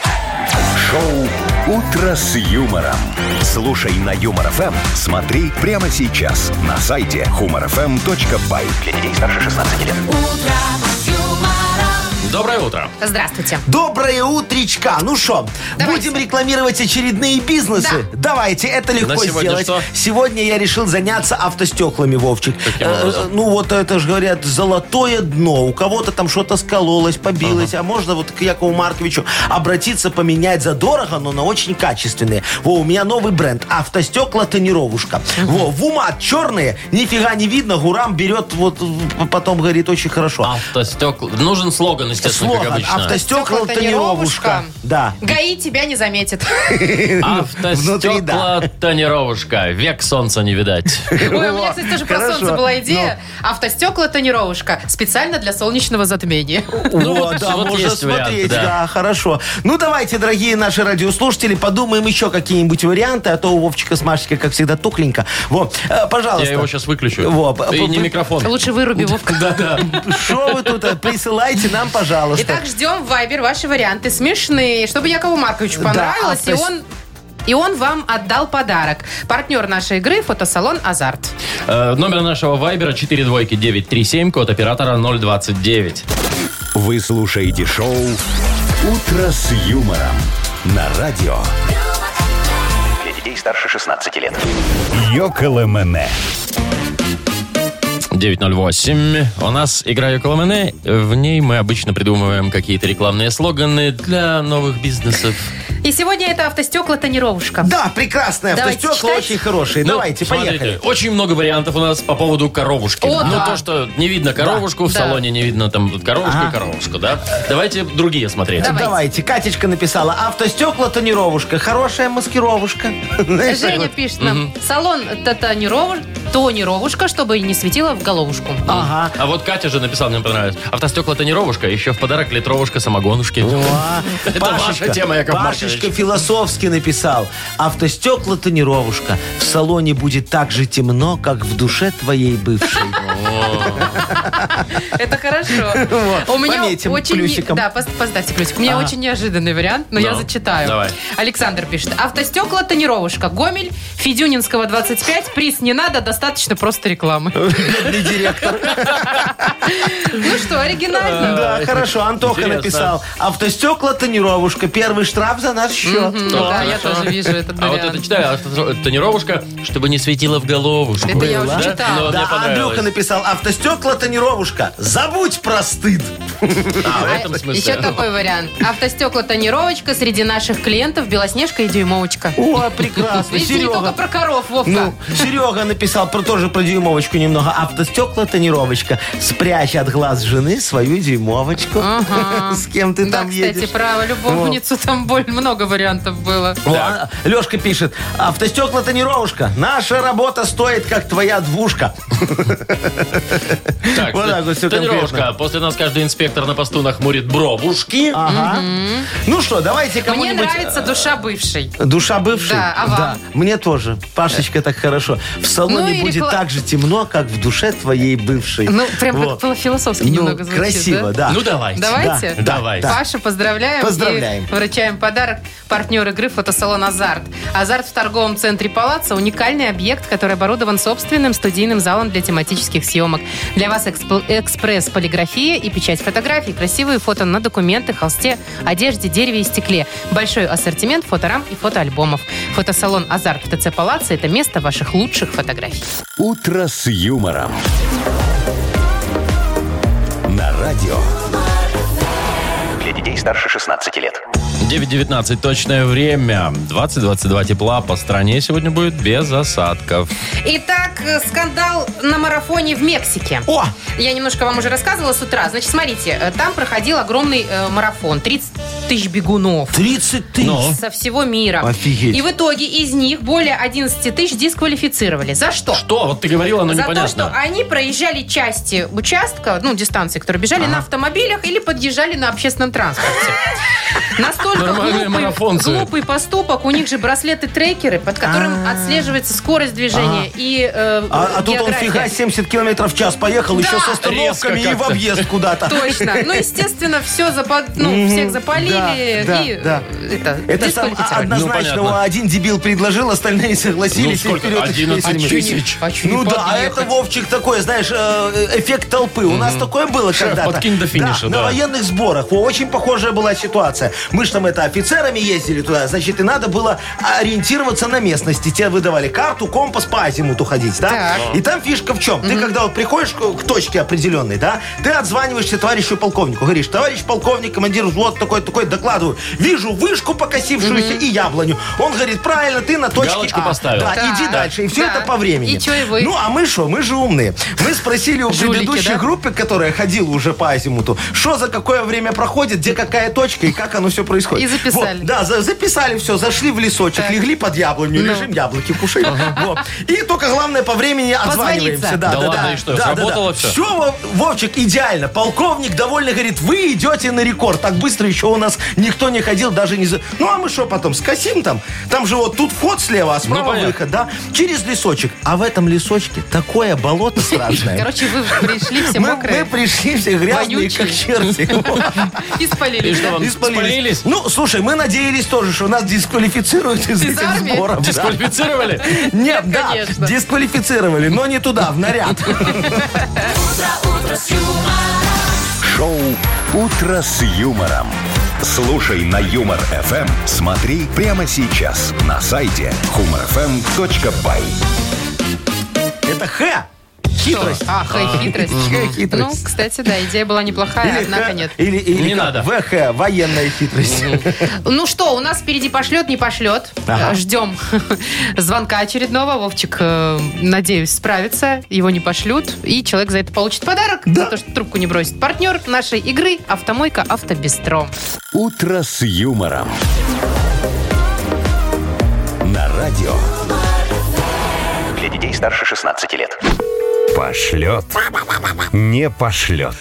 Speaker 1: Шоу «Утро с юмором». Слушай на Юмор ФМ, смотри прямо сейчас на сайте humorfm.by. Для детей старше 16 лет.
Speaker 2: Да. Доброе утро.
Speaker 3: Здравствуйте.
Speaker 4: Доброе утречка. Ну что,
Speaker 3: Давайте.
Speaker 4: будем рекламировать очередные бизнесы? Давайте, это легко
Speaker 2: сегодня
Speaker 4: сделать.
Speaker 2: что?
Speaker 4: Сегодня я решил заняться автостеклами, Вовчик.
Speaker 2: Каким образом?
Speaker 4: ну вот это же говорят, золотое дно. У кого-то там что-то скололось, побилось. А можно вот к Якову Марковичу обратиться, поменять за дорого, но на очень качественные. Во, у меня новый бренд. Автостекла тонировушка. Во, в умат черные, нифига не видно. Гурам берет, вот потом говорит, очень хорошо.
Speaker 2: Автостекла. Нужен слоган, естественно, как
Speaker 4: Слоган
Speaker 2: обычно.
Speaker 4: «Автостекла тонировушка». Да.
Speaker 3: ГАИ тебя не заметит.
Speaker 4: Внутри,
Speaker 2: Автостекла
Speaker 4: да.
Speaker 2: тонировушка. Век солнца не видать.
Speaker 3: Ой, у меня, кстати, тоже про
Speaker 4: Хорошо.
Speaker 3: солнце была идея. Автостекла тонировушка. Специально для солнечного затмения.
Speaker 2: Ну
Speaker 4: О,
Speaker 2: вот,
Speaker 4: да,
Speaker 2: вот
Speaker 4: можно
Speaker 2: есть вариант,
Speaker 4: смотреть,
Speaker 2: да.
Speaker 4: да. хорошо. Ну, давайте, дорогие наши радиослушатели, подумаем еще какие-нибудь варианты, а то у Вовчика с Машечкой, как всегда, тухленько. Во, э, пожалуйста.
Speaker 2: Я его сейчас выключу.
Speaker 4: Во, п-
Speaker 2: И не
Speaker 4: п-
Speaker 2: микрофон.
Speaker 3: Лучше выруби, Вовка.
Speaker 2: Да-да.
Speaker 4: Что вы тут? э, Присылайте нам, пожалуйста.
Speaker 3: Итак, ждем в Вайбер ваши варианты смешные, чтобы Якову Марковичу
Speaker 4: Да, а,
Speaker 3: понравилось, и
Speaker 4: автос-
Speaker 3: он... И он вам отдал подарок. Партнер нашей игры – фотосалон «Азарт».
Speaker 2: Э, Номер нашего вайбера 42937, код оператора 029.
Speaker 1: Вы слушаете шоу «Утро с юмором» на радио
Speaker 5: Для детей старше 16 лет.
Speaker 1: «Йоколэмэне».
Speaker 2: 908. У нас игра Йоколомене. В ней мы обычно придумываем какие-то рекламные слоганы для новых бизнесов.
Speaker 3: И сегодня это автостекла-тонировушка.
Speaker 4: Да, прекрасные
Speaker 3: Давайте
Speaker 4: автостекла,
Speaker 3: читать.
Speaker 4: очень хорошие.
Speaker 2: Ну,
Speaker 4: Давайте,
Speaker 2: смотрите,
Speaker 4: поехали.
Speaker 2: Очень много вариантов у нас по поводу коровушки.
Speaker 3: О,
Speaker 2: ну,
Speaker 3: да.
Speaker 2: то, что не видно коровушку, в
Speaker 3: Да.
Speaker 2: салоне не видно там вот коровушку
Speaker 4: Ага.
Speaker 2: и коровушку, да? Давайте другие смотреть.
Speaker 3: Давайте.
Speaker 4: Давайте, Катечка написала, автостекла тонировушка, хорошая маскировушка. Знаешь, так
Speaker 3: Женя
Speaker 4: вот.
Speaker 3: пишет нам. Салон тонировушка, тонировушка, чтобы не светило в головушку.
Speaker 4: Ага.
Speaker 2: А вот Катя же написала, мне понравилось. Автостекла тонировушка, еще а в подарок литровушка самогонушки.
Speaker 4: О,
Speaker 2: Это ваша тема, Яков
Speaker 4: Пашечка
Speaker 2: Маркович.
Speaker 4: философски написал. Автостекла тонировушка. В салоне будет так же темно, как в душе твоей бывшей.
Speaker 3: Это хорошо.
Speaker 4: Вот,
Speaker 3: У меня
Speaker 4: пометим
Speaker 3: очень... не-
Speaker 4: плюсиком. А.
Speaker 3: Да, пос- поставьте плюсик. У меня
Speaker 4: Ага.
Speaker 3: очень неожиданный вариант, но
Speaker 2: Ну,
Speaker 3: я зачитаю.
Speaker 2: давай.
Speaker 3: Александр пишет. Автостекла, тонировушка, Гомель, Федюнинского 25, приз не надо, достаточно просто рекламы.
Speaker 4: Бедный директор.
Speaker 3: Ну что, оригинально.
Speaker 4: Да, хорошо. Антоха
Speaker 2: Интересно.
Speaker 4: написал. Автостекла тонировушка. Первый штраф за наш счет.
Speaker 3: Ну да, я
Speaker 2: Хорошо.
Speaker 3: тоже вижу этот
Speaker 2: А вот
Speaker 3: вариант.
Speaker 2: это читаю, авто- тонировушка, чтобы не светило в головушку.
Speaker 3: Это я уже
Speaker 2: Да?
Speaker 3: читала.
Speaker 2: Но мне
Speaker 4: Да, а
Speaker 2: понравилось.
Speaker 4: Андрюха написал. Автостекла тонировушка. Забудь про стыд.
Speaker 2: А, в
Speaker 3: А
Speaker 2: этом смысле.
Speaker 3: Еще такой вариант. Автостекла тонировочка среди наших клиентов Белоснежка и Дюймовочка.
Speaker 4: О, прекрасно.
Speaker 3: Видите, не только
Speaker 4: Серега.
Speaker 3: про коров, Вовка.
Speaker 4: Ну, Серега написал про тоже про дюймовочку немного. Автостекла тонировочка. Спрячь от глаз жены свою дюймовочку.
Speaker 3: Ага.
Speaker 4: С кем ты
Speaker 3: да,
Speaker 4: там
Speaker 3: кстати,
Speaker 4: едешь?
Speaker 3: про любовницу там боль, много вариантов было.
Speaker 4: Лешка пишет, автостекла тонировушка. Наша работа стоит, как твоя двушка.
Speaker 2: Так,
Speaker 4: Вот так вот всё
Speaker 2: тонировка.
Speaker 4: конкретно. А.
Speaker 2: После нас каждый инспектор на посту нахмурит бровушки.
Speaker 4: Ага. Ну что, давайте
Speaker 3: Мне
Speaker 4: кому-нибудь... э,
Speaker 3: нравится душа бывшей.
Speaker 4: Душа бывшей?
Speaker 3: Да, а вам?
Speaker 4: Мне тоже. Пашечка так хорошо. В салоне
Speaker 3: Ну и
Speaker 4: будет
Speaker 3: рекла-
Speaker 4: так же темно, как в душе твоей бывшей.
Speaker 3: Ну, прям
Speaker 4: э, Вот.
Speaker 3: как было философски
Speaker 4: Ну,
Speaker 3: немного звучит.
Speaker 4: красиво, да.
Speaker 2: Ну, давайте.
Speaker 3: Давайте?
Speaker 2: Да, Давайте. да.
Speaker 3: Паша, поздравляем.
Speaker 4: Поздравляем.
Speaker 3: И вручаем подарок. Партнер игры фотосалон «Азарт». «Азарт» в торговом центре «Палаца» – уникальный объект, который оборудован собственным студийным залом для тематических съемок. Для вас эксп- экспресс-полиграфия и печать фотографий, красивые фото на документы, холсте, одежде, дереве и стекле. Большой ассортимент фоторам и фотоальбомов. Фотосалон «Азарт» в ТЦ «Палаца» – это место ваших лучших фотографий.
Speaker 1: «Утро с юмором». На радио.
Speaker 5: Для детей старше 16 лет.
Speaker 2: 9.19 точное время. 20-22 тепла по стране сегодня будет без осадков.
Speaker 3: Итак, э, скандал на марафоне в Мексике.
Speaker 4: О!
Speaker 3: Я немножко вам уже рассказывала с утра. Значит, смотрите, э, там проходил огромный э, марафон. 30 тысяч бегунов.
Speaker 4: 30 тысяч.
Speaker 2: Ну.
Speaker 3: Со всего мира.
Speaker 4: Офигеть.
Speaker 3: И в итоге из них более 11 тысяч дисквалифицировали. За что?
Speaker 2: Что? Вот ты говорила, но
Speaker 4: Ну,
Speaker 3: За
Speaker 2: непонятно.
Speaker 3: то, что они проезжали части участка, ну, дистанции, которые бежали на автомобилях или подъезжали на общественном транспорте. Настолько
Speaker 2: Нормальные
Speaker 3: глупый,
Speaker 2: марафонцы.
Speaker 3: глупый поступок. У них же браслеты-трекеры, под которым отслеживается скорость движения и э,
Speaker 4: А, а тут он
Speaker 3: география.
Speaker 4: фига 70 километров в час поехал, еще с остановками
Speaker 2: резко
Speaker 4: и в
Speaker 2: как-то.
Speaker 4: объезд куда-то.
Speaker 3: Точно. Ну, естественно, все запад... ну,
Speaker 4: Мгм.
Speaker 3: всех запалили.
Speaker 4: Да, да,
Speaker 3: и
Speaker 4: да.
Speaker 3: э, это,
Speaker 4: Это сам-
Speaker 3: дисквалифицировали.
Speaker 4: однозначно.
Speaker 2: Ну, понятно.
Speaker 4: один дебил предложил, остальные
Speaker 2: Ну,
Speaker 4: согласились. и
Speaker 2: сколько?
Speaker 4: вперед их
Speaker 2: 11
Speaker 4: песней.
Speaker 2: тысяч.
Speaker 3: Хочу
Speaker 4: Ну
Speaker 3: и
Speaker 4: да, а
Speaker 3: подъехать.
Speaker 4: это Вовчик такой, знаешь, э, эффект толпы. У нас такое было
Speaker 2: Шеф,
Speaker 4: когда-то.
Speaker 2: подкинь до финиша, да.
Speaker 4: На военных сборах. Во, Очень похожая была ситуация. Мы же там это офицерами ездили туда, значит, и надо было ориентироваться на местности. Тебе выдавали карту, компас по азимуту ходить, да?
Speaker 3: Так.
Speaker 4: И там фишка в чем? Ты когда вот приходишь к к точке определенной, да, ты отзваниваешься товарищу полковнику. Говоришь, товарищ полковник, командир взвод такой-такой, докладываю. Вижу вышку покосившуюся и яблоню. Он говорит, правильно, ты на точке
Speaker 2: Галочку
Speaker 4: А».
Speaker 2: поставил.
Speaker 4: Да,
Speaker 3: Так.
Speaker 4: иди дальше. И все
Speaker 3: Да.
Speaker 4: это по времени.
Speaker 3: И чё, и вы?
Speaker 4: Ну, а мы что? Мы же умные. Мы спросили у
Speaker 3: Жулики,
Speaker 4: предыдущей
Speaker 3: да?
Speaker 4: группы, которая ходила уже по азимуту, что за какое время проходит, где какая точка и как оно все происходит.
Speaker 3: И записали.
Speaker 4: Вот, да, за- записали все, зашли в лесочек,
Speaker 3: Так. Ну.
Speaker 4: легли под яблоню, лежим яблоки кушаем. Вот. И только главное по времени отзваниваемся.
Speaker 2: Да ладно, и что, сработало всё?
Speaker 4: Все, Вовчик, идеально. Полковник довольно говорит, вы идете на рекорд. Так быстро еще у нас никто не ходил, даже не... за- Ну, а мы что потом, скосим там? Там же вот тут вход слева, а справа
Speaker 2: Ну, понятно.
Speaker 4: выход, да? Через лесочек. А в этом лесочке такое болото страшное.
Speaker 3: Короче, вы пришли все
Speaker 4: Мы,
Speaker 3: мокрые
Speaker 4: мы пришли все грязные, как черти.
Speaker 3: и спалили.
Speaker 2: И что
Speaker 3: да?
Speaker 2: вам?
Speaker 4: И спалились.
Speaker 2: Спалились?
Speaker 4: Ну, слушай, мы надеялись тоже, что нас дисквалифицируют из
Speaker 3: Из
Speaker 4: этих
Speaker 3: армии?
Speaker 4: сборов. да.
Speaker 2: Дисквалифицировали?
Speaker 4: Нет, да,
Speaker 3: Конечно.
Speaker 4: дисквалифицировали, но не туда, в наряд.
Speaker 1: Шоу «Утро с юмором». Слушай на Юмор ФМ. Смотри прямо сейчас на сайте humorfm.by.
Speaker 4: Это Х. Хитрость.
Speaker 3: А, хай, хитрость.
Speaker 4: Хэ,
Speaker 3: Ну,
Speaker 4: хитрость.
Speaker 3: кстати, да, идея была неплохая,
Speaker 4: Или
Speaker 3: однако
Speaker 4: Х-
Speaker 3: нет.
Speaker 4: Или, или
Speaker 2: Не
Speaker 4: как?
Speaker 2: надо.
Speaker 4: ВХ, военная хитрость.
Speaker 3: Ну что, у нас впереди пошлет, не пошлет.
Speaker 4: Ага.
Speaker 3: Э, Ждем звонка очередного. Вовчик, э, надеюсь, справится. Его не пошлют. И человек за это получит подарок. За то, что трубку не бросит. Партнер нашей игры «Автомойка Автобестро». А
Speaker 1: «Утро с юмором». На радио.
Speaker 5: Для детей старше 16 лет.
Speaker 9: Пошлет. Не пошлет.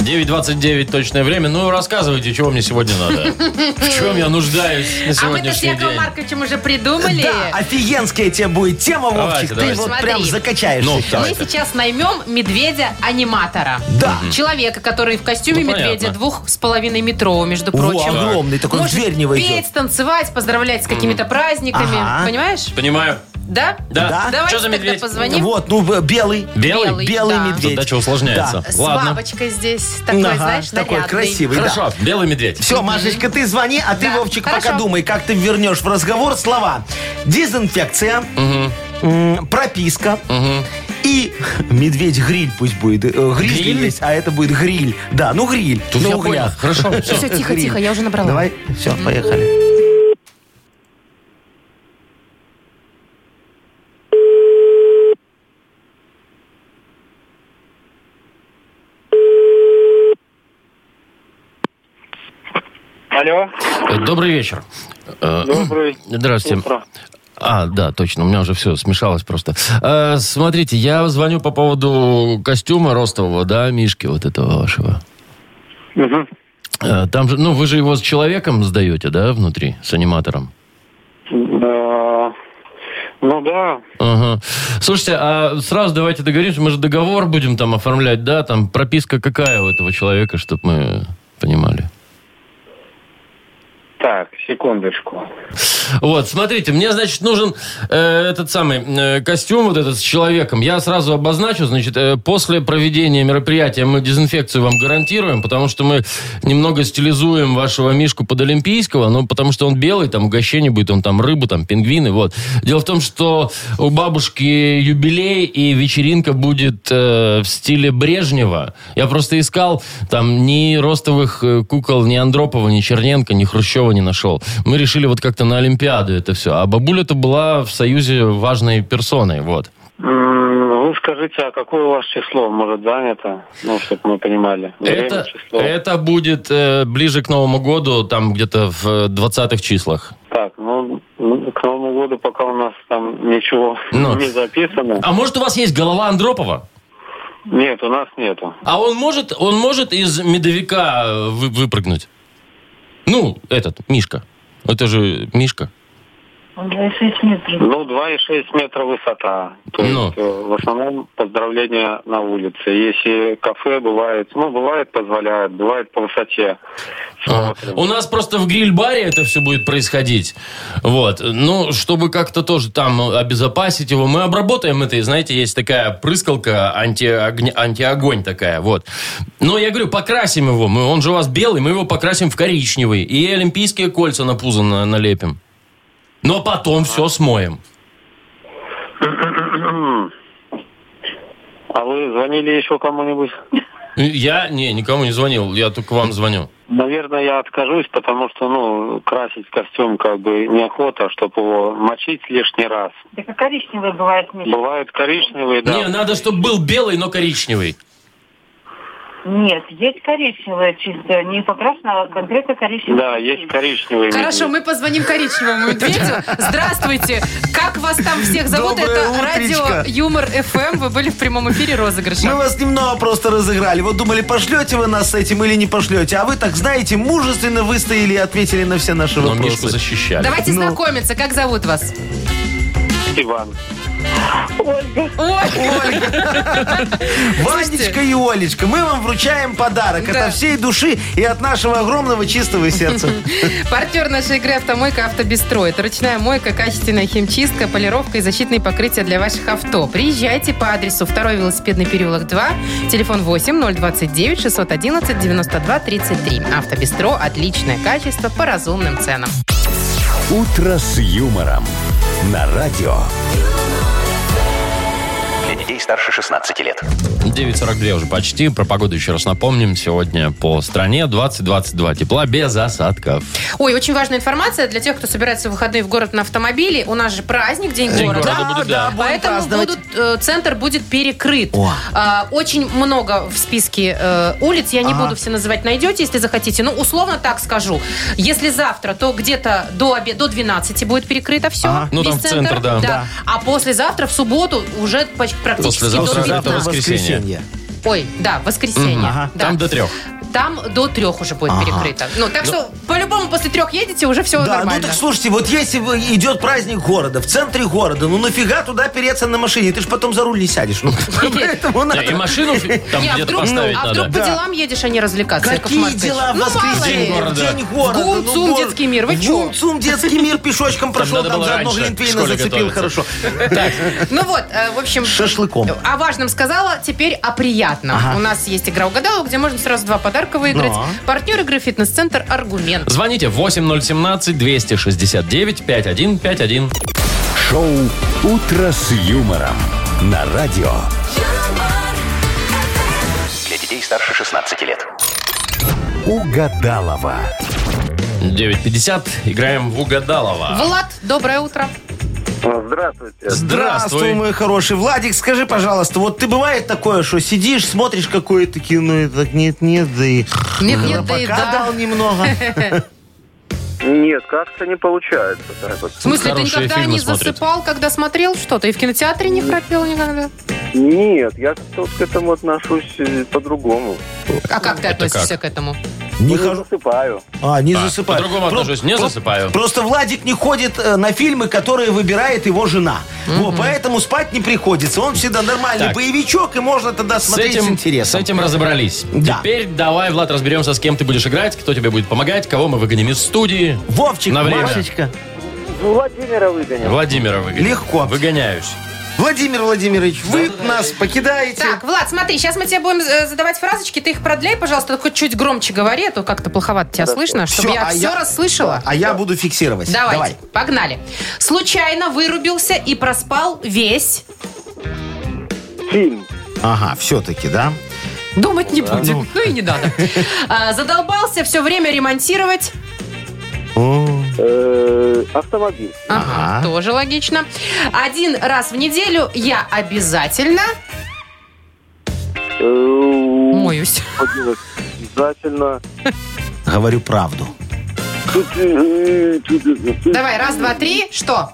Speaker 2: 9.29 точное время. Ну, рассказывайте, чего мне сегодня надо. В чем я нуждаюсь на
Speaker 3: А мы-то с
Speaker 2: сегодняшний
Speaker 3: Яковом
Speaker 2: день?
Speaker 3: Марковичем уже придумали.
Speaker 4: Да, офигенская тебе будет тема,
Speaker 2: Давайте,
Speaker 4: Вовчик. Ты
Speaker 2: давайте.
Speaker 4: вот
Speaker 3: Смотри.
Speaker 4: прям закачаешься.
Speaker 2: Ну,
Speaker 3: Мы
Speaker 2: давай.
Speaker 3: сейчас наймем медведя-аниматора.
Speaker 4: Да.
Speaker 3: Человека, который в костюме
Speaker 2: Ну, понятно.
Speaker 3: медведя двух с половиной метрового, между
Speaker 4: Во,
Speaker 3: прочим.
Speaker 4: огромный такой, в
Speaker 3: Может
Speaker 4: дверь не войдет.
Speaker 3: петь, танцевать, поздравлять с какими-то праздниками.
Speaker 4: Ага.
Speaker 3: Понимаешь?
Speaker 2: Понимаю.
Speaker 3: Да?
Speaker 2: Да.
Speaker 4: Да.
Speaker 3: Давайте
Speaker 2: Что за
Speaker 3: тогда
Speaker 2: медведь?
Speaker 3: позвоним.
Speaker 4: Вот, ну, б- белый.
Speaker 2: Белый?
Speaker 3: Белый.
Speaker 4: Белый
Speaker 3: да.
Speaker 4: медведь.
Speaker 2: Задача усложняется.
Speaker 3: С
Speaker 2: Ладно.
Speaker 3: бабочкой здесь. Такой,
Speaker 4: Ага,
Speaker 3: знаешь,
Speaker 4: такой
Speaker 3: нарядный.
Speaker 4: красивый. да.
Speaker 2: Хорошо, белый медведь.
Speaker 4: Все, Машечка, ты звони, а ты,
Speaker 3: Да,
Speaker 4: Вовчик, пока
Speaker 3: хорошо.
Speaker 4: думай, как ты вернешь в разговор слова дезинфекция, м, прописка и медведь-гриль пусть будет. Э, Гриль,
Speaker 2: Гриль?
Speaker 4: есть, а это будет гриль. Да, ну гриль,
Speaker 2: Тут
Speaker 4: на
Speaker 2: я понял.
Speaker 4: углях.
Speaker 2: Хорошо, всё.
Speaker 3: Все, тихо,
Speaker 4: Гриль.
Speaker 3: тихо, я уже набрала.
Speaker 4: Давай, все, поехали.
Speaker 7: Алло,
Speaker 2: Э, Добрый вечер. Э,
Speaker 7: добрый.
Speaker 2: Здравствуйте.
Speaker 7: Утро.
Speaker 2: А, да, точно, у меня уже все смешалось просто. Э, смотрите, я звоню по поводу костюма ростового, да, Мишки вот этого вашего.
Speaker 7: Мгм.
Speaker 2: Э, там же, ну, вы же его с человеком сдаете, да, внутри, с аниматором?
Speaker 7: Да. Ну да.
Speaker 2: Ага. Слушайте, а сразу давайте договоримся, мы же договор будем там оформлять, да, там прописка какая у этого человека, чтобы мы понимали.
Speaker 7: Так, секундочку.
Speaker 2: Вот, смотрите, мне, значит, нужен э, этот самый э, костюм вот этот с человеком. Я сразу обозначу, значит, э, после проведения мероприятия мы дезинфекцию вам гарантируем, потому что мы немного стилизуем вашего Мишку под Олимпийского, но потому что он белый, там угощение будет, он там рыбу, там пингвины, вот. Дело в том, что у бабушки юбилей, и вечеринка будет э, в стиле Брежнева. Я просто искал, там ни ростовых э, кукол, ни Андропова, ни Черненко, ни Хрущева не нашел. Мы решили вот как-то на Олимпиаду это все. А бабуля-то была в Союзе важной персоной, вот.
Speaker 7: М, Вы скажите, а какое у вас число, может, занято? Ну, чтобы мы понимали. Время,
Speaker 2: Это,
Speaker 7: число.
Speaker 2: это будет э, ближе к Новому году, там где-то в э, 20-х числах.
Speaker 7: Так, ну, ну, к Новому году пока у нас там ничего
Speaker 2: Ну.
Speaker 7: не записано.
Speaker 2: А может у вас есть голова Андропова?
Speaker 7: Нет, у нас нету.
Speaker 2: А он может, он может из медовика э, вы- выпрыгнуть? Ну, этот, Мишка. Это же Мишка.
Speaker 7: Ну, 2,6 метра высота. То
Speaker 2: Ну.
Speaker 7: есть, э, в основном, поздравления на улице. Если кафе бывает, ну, бывает позволяет, бывает по высоте.
Speaker 2: А,
Speaker 7: Смотрим.
Speaker 2: У нас просто в гриль-баре это все будет происходить. Вот. Ну, чтобы как-то тоже там обезопасить его, мы обработаем это. И, знаете, есть такая прыскалка антиогня- антиогонь такая. Вот. Но я говорю, покрасим его. Мы, он же у вас белый, мы его покрасим в коричневый. И олимпийские кольца на пузо на- налепим. Но потом все смоем.
Speaker 7: А вы звонили еще кому-нибудь?
Speaker 2: Я, не, никому не звонил. Я только вам звоню.
Speaker 7: Наверное, я откажусь, потому что, ну, красить костюм как бы неохота, чтобы его мочить лишний раз.
Speaker 6: Да коричневая бывает, Миша.
Speaker 7: Бывают коричневые, да.
Speaker 2: Не, ну, надо, чтобы был белый, но коричневый.
Speaker 6: Нет, есть коричневая чистая, не покрашена, а конкретно коричневая.
Speaker 7: Да, есть коричневые.
Speaker 3: Хорошо, мы позвоним коричневому медведю. Здравствуйте. Как вас там всех зовут?
Speaker 4: Доброе
Speaker 3: Это
Speaker 4: утречко.
Speaker 3: радио Юмор ФМ. Вы были в прямом эфире
Speaker 4: Мы
Speaker 3: розыгрыша.
Speaker 4: вас немного просто разыграли. Вот думали, пошлете вы нас с этим или не пошлете. А вы, так знаете, мужественно выстояли и ответили на все наши
Speaker 2: Но Мишку
Speaker 4: вопросы.
Speaker 2: защищали.
Speaker 3: Давайте
Speaker 4: Ну.
Speaker 3: знакомиться. Как зовут вас?
Speaker 7: Иван.
Speaker 3: Ой,
Speaker 4: Ванечка и Олечка, мы вам вручаем подарок
Speaker 3: Да.
Speaker 4: от всей души и от нашего огромного чистого сердца.
Speaker 3: партнер нашей игры «Автомойка Автобестро». Это ручная мойка, качественная химчистка, полировка и защитные покрытия для ваших авто. Приезжайте по адресу 2 велосипедный переулок 2, телефон 8 029 611 92 33. «Автобестро» – отличное качество по разумным ценам.
Speaker 1: «Утро с юмором» на радио.
Speaker 5: Для детей старше 16 лет.
Speaker 2: 9.42 уже почти. Про погоду еще раз напомним. Сегодня по стране 20-22 тепла без осадков.
Speaker 3: Ой, очень важная информация для тех, кто собирается в выходные в город на автомобиле. У нас же праздник, День,
Speaker 2: День
Speaker 3: города.
Speaker 2: города будет, да.
Speaker 4: будем
Speaker 3: Поэтому
Speaker 4: праздновать.
Speaker 3: будут, э, центр будет перекрыт.
Speaker 4: О.
Speaker 3: А, очень много в списке э, улиц. Я не
Speaker 4: Ага.
Speaker 3: буду все называть, найдете, если захотите. Ну, условно так скажу. Если завтра, то где-то до, обе- до 12 будет перекрыто все.
Speaker 4: Ага.
Speaker 2: Ну, там в центр, да. Да.
Speaker 3: А послезавтра, в субботу, уже поч- практически
Speaker 2: Послезавтра
Speaker 3: до
Speaker 2: это
Speaker 3: 19.
Speaker 2: воскресенье.
Speaker 3: Ой, да, воскресенье.
Speaker 2: Мгм.
Speaker 4: Ага.
Speaker 3: Да.
Speaker 2: Там до трех.
Speaker 3: Там до трех уже будет
Speaker 4: Ага.
Speaker 3: перекрыто. Ну, так что по-любому после трех едете, уже все
Speaker 4: Да, ну
Speaker 3: нормально.
Speaker 4: так слушайте, вот если вы- идет праздник города, в центре города, ну нафига туда переться на машине? Ты же потом за руль не сядешь. Ну, поэтому
Speaker 2: Да, И
Speaker 4: надо.
Speaker 2: машину там
Speaker 3: Не, а
Speaker 2: где-то
Speaker 3: вдруг,
Speaker 2: поставить
Speaker 3: а вдруг
Speaker 2: надо.
Speaker 3: по делам едешь, а не развлекаться? Яков
Speaker 4: Какие
Speaker 3: Маркович?
Speaker 4: дела в
Speaker 3: ну, мало ли.
Speaker 4: воскресенье, в
Speaker 2: города.
Speaker 4: день города?
Speaker 3: В Гум-Цум
Speaker 4: город-
Speaker 3: детский мир, вы
Speaker 4: В
Speaker 3: чё?
Speaker 4: Гум-Цум детский мир пешочком прошел,
Speaker 2: надо
Speaker 4: там
Speaker 2: было
Speaker 4: заодно
Speaker 2: раньше, в
Speaker 4: глинтвейна
Speaker 2: школе
Speaker 4: зацепил,
Speaker 2: готовиться.
Speaker 4: хорошо.
Speaker 3: Ну вот, э, в общем...
Speaker 4: С шашлыком.
Speaker 3: О важном сказала, теперь о приятном. У нас есть игра угадала, где можно сразу два подарка выиграть. Партнер игры «Фитнес-центр Аргумент».
Speaker 2: Звоните 8017-269-5151.
Speaker 1: Шоу «Утро с юмором» на радио.
Speaker 5: Для детей старше 16 лет.
Speaker 1: Угадалова.
Speaker 2: 9.50. Играем в Угадалова.
Speaker 3: Влад, доброе утро.
Speaker 7: Здравствуйте.
Speaker 4: Здравствуй,
Speaker 2: Здравствуй.
Speaker 4: мой хороший. Владик, скажи, пожалуйста, вот ты бывает такое, что сидишь, смотришь какое-то кино, и так нет-нет, да и...
Speaker 3: Нет, нет, да и
Speaker 4: пока
Speaker 3: да.
Speaker 4: дал немного.
Speaker 7: Нет, как-то не получается так вот.
Speaker 3: В смысле, ты
Speaker 2: Хорошие
Speaker 3: никогда
Speaker 2: фильмы
Speaker 3: не
Speaker 2: смотрит.
Speaker 3: засыпал, когда смотрел что-то? И в кинотеатре не пропел никогда?
Speaker 7: Нет, я тут к этому отношусь э, по-другому.
Speaker 3: А как ты относишься
Speaker 2: как?
Speaker 3: к этому?
Speaker 4: Не
Speaker 7: Ну,
Speaker 4: хожу.
Speaker 7: засыпаю.
Speaker 4: А, не
Speaker 2: А,
Speaker 4: засыпаю.
Speaker 2: по-другому
Speaker 4: Про-
Speaker 2: отношусь, не
Speaker 4: про-
Speaker 2: засыпаю.
Speaker 4: Просто Владик не ходит э, на фильмы, которые выбирает его жена. Во, поэтому спать не приходится. Он всегда нормальный
Speaker 2: Так.
Speaker 4: боевичок, и можно тогда
Speaker 2: С
Speaker 4: смотреть с,
Speaker 2: этим, с
Speaker 4: интересом.
Speaker 2: этим разобрались.
Speaker 4: Да.
Speaker 2: Теперь давай, Влад, разберемся, с кем ты будешь играть, кто тебе будет помогать, кого мы выгоним из студии.
Speaker 4: Вовчик,
Speaker 2: На время.
Speaker 4: Машечка.
Speaker 7: Владимира выгонят.
Speaker 2: Владимира выгоним.
Speaker 4: Легко.
Speaker 2: Выгоняюсь.
Speaker 4: Владимир Владимирович, вы нас покидаете.
Speaker 3: Так, Влад, смотри, сейчас мы тебе будем э, задавать фразочки, ты их продляй, пожалуйста, хоть чуть громче говори, а то как-то плоховато тебя слышно, чтобы
Speaker 4: Всё,
Speaker 3: я
Speaker 4: а
Speaker 3: все
Speaker 4: я-
Speaker 3: расслышала.
Speaker 4: А я буду фиксировать.
Speaker 3: Давайте, погнали. Случайно вырубился и проспал весь.
Speaker 7: Фильм.
Speaker 4: Ага, все-таки, да?
Speaker 3: Думать не будем. Ну, и не надо. А, задолбался все время ремонтировать.
Speaker 7: Э, Автомобиль.
Speaker 3: Ага,
Speaker 4: Ага.
Speaker 3: тоже логично. Один раз в неделю я обязательно
Speaker 7: Э,
Speaker 3: моюсь.
Speaker 7: ходила Обязательно.
Speaker 4: Говорю правду.
Speaker 7: Тут, э, тут, э, тут,
Speaker 3: Давай, раз, два, три, что?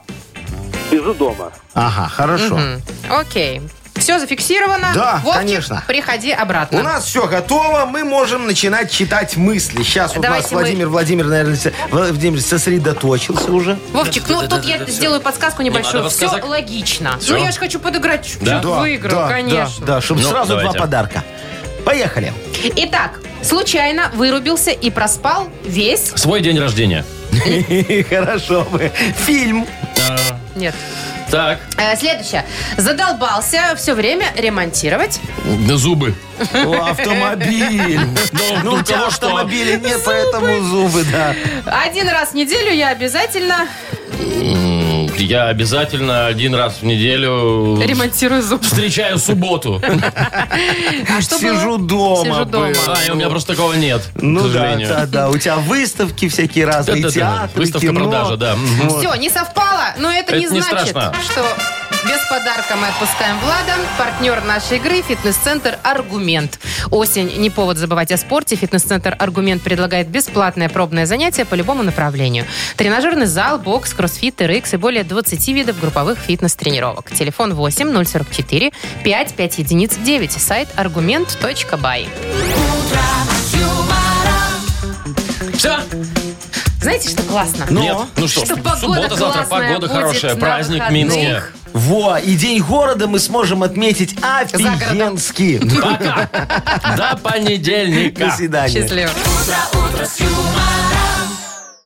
Speaker 7: Из дома.
Speaker 4: Ага, хорошо.
Speaker 3: Мгм. Окей. Все зафиксировано.
Speaker 4: Да,
Speaker 3: Вовчик,
Speaker 4: конечно.
Speaker 3: приходи обратно.
Speaker 4: У нас все готово, мы можем начинать читать мысли. Сейчас вот у нас
Speaker 3: Давайте мы-
Speaker 4: Владимир Владимир, наверное, со- Владимир сосредоточился уже.
Speaker 3: Вовчик, ну тут я сделаю подсказку
Speaker 2: Не
Speaker 3: небольшую.
Speaker 2: надо
Speaker 3: Все
Speaker 2: подсказок?
Speaker 3: логично.
Speaker 2: Всё.
Speaker 3: Ну я же хочу подыграть, чуть
Speaker 2: Да? Да,
Speaker 3: выиграл,
Speaker 4: да,
Speaker 3: конечно.
Speaker 4: Да, чтобы
Speaker 2: Ну,
Speaker 4: сразу
Speaker 2: давайте.
Speaker 4: два подарка. Поехали.
Speaker 3: Итак, случайно вырубился и проспал весь...
Speaker 2: Свой день рождения.
Speaker 4: Хорошо бы. Фильм.
Speaker 3: Нет.
Speaker 2: Так,
Speaker 3: Э, следующее. Задолбался все время ремонтировать.
Speaker 2: на зубы.
Speaker 4: О, Автомобиль.
Speaker 2: Ну,
Speaker 4: Ну,
Speaker 2: у
Speaker 4: у тебя
Speaker 2: кого что?
Speaker 4: автомобиля нет, поэтому зубы, да.
Speaker 3: Один раз в неделю я обязательно
Speaker 2: М, Я обязательно один раз в неделю
Speaker 3: ремонтирую зуб.
Speaker 2: встречаю субботу.
Speaker 3: А что
Speaker 4: Сижу
Speaker 3: было?
Speaker 4: дома.
Speaker 3: Сижу дома.
Speaker 2: А, и у меня просто такого нет, к
Speaker 4: Ну да,
Speaker 2: сожалению.
Speaker 4: да, да. У тебя выставки всякие разные,
Speaker 2: Да-да-да.
Speaker 4: театры, кино.
Speaker 2: Выставка-продажа, да. Мгм.
Speaker 4: Вот.
Speaker 3: Все, не совпало, но это,
Speaker 2: Это
Speaker 3: не
Speaker 2: не
Speaker 3: значит,
Speaker 2: страшно.
Speaker 3: что без подарка мы отпускаем Влада. Партнер нашей игры – фитнес-центр «Аргумент». Осень – не повод забывать о спорте. Фитнес-центр «Аргумент» предлагает бесплатное пробное занятие по любому направлению. Тренажерный зал, бокс, кроссфит, РХ и более 20 видов групповых фитнес-тренировок. Телефон 8 044 55 единиц 9. Сайт «Аргумент.бай».
Speaker 2: Все?
Speaker 3: Знаете, что классно?
Speaker 2: Нет. Ну что,
Speaker 3: Что погода
Speaker 2: суббота, завтра
Speaker 3: классная
Speaker 2: погода
Speaker 3: будет
Speaker 2: хорошая,
Speaker 3: на
Speaker 2: праздник в
Speaker 3: выходных.
Speaker 2: Минске.
Speaker 4: Во, и день города мы сможем отметить офигенски.
Speaker 2: Пока. До
Speaker 4: До
Speaker 2: понедельника.
Speaker 4: свидания.
Speaker 3: Счастливо.
Speaker 10: утро, утро с юмором.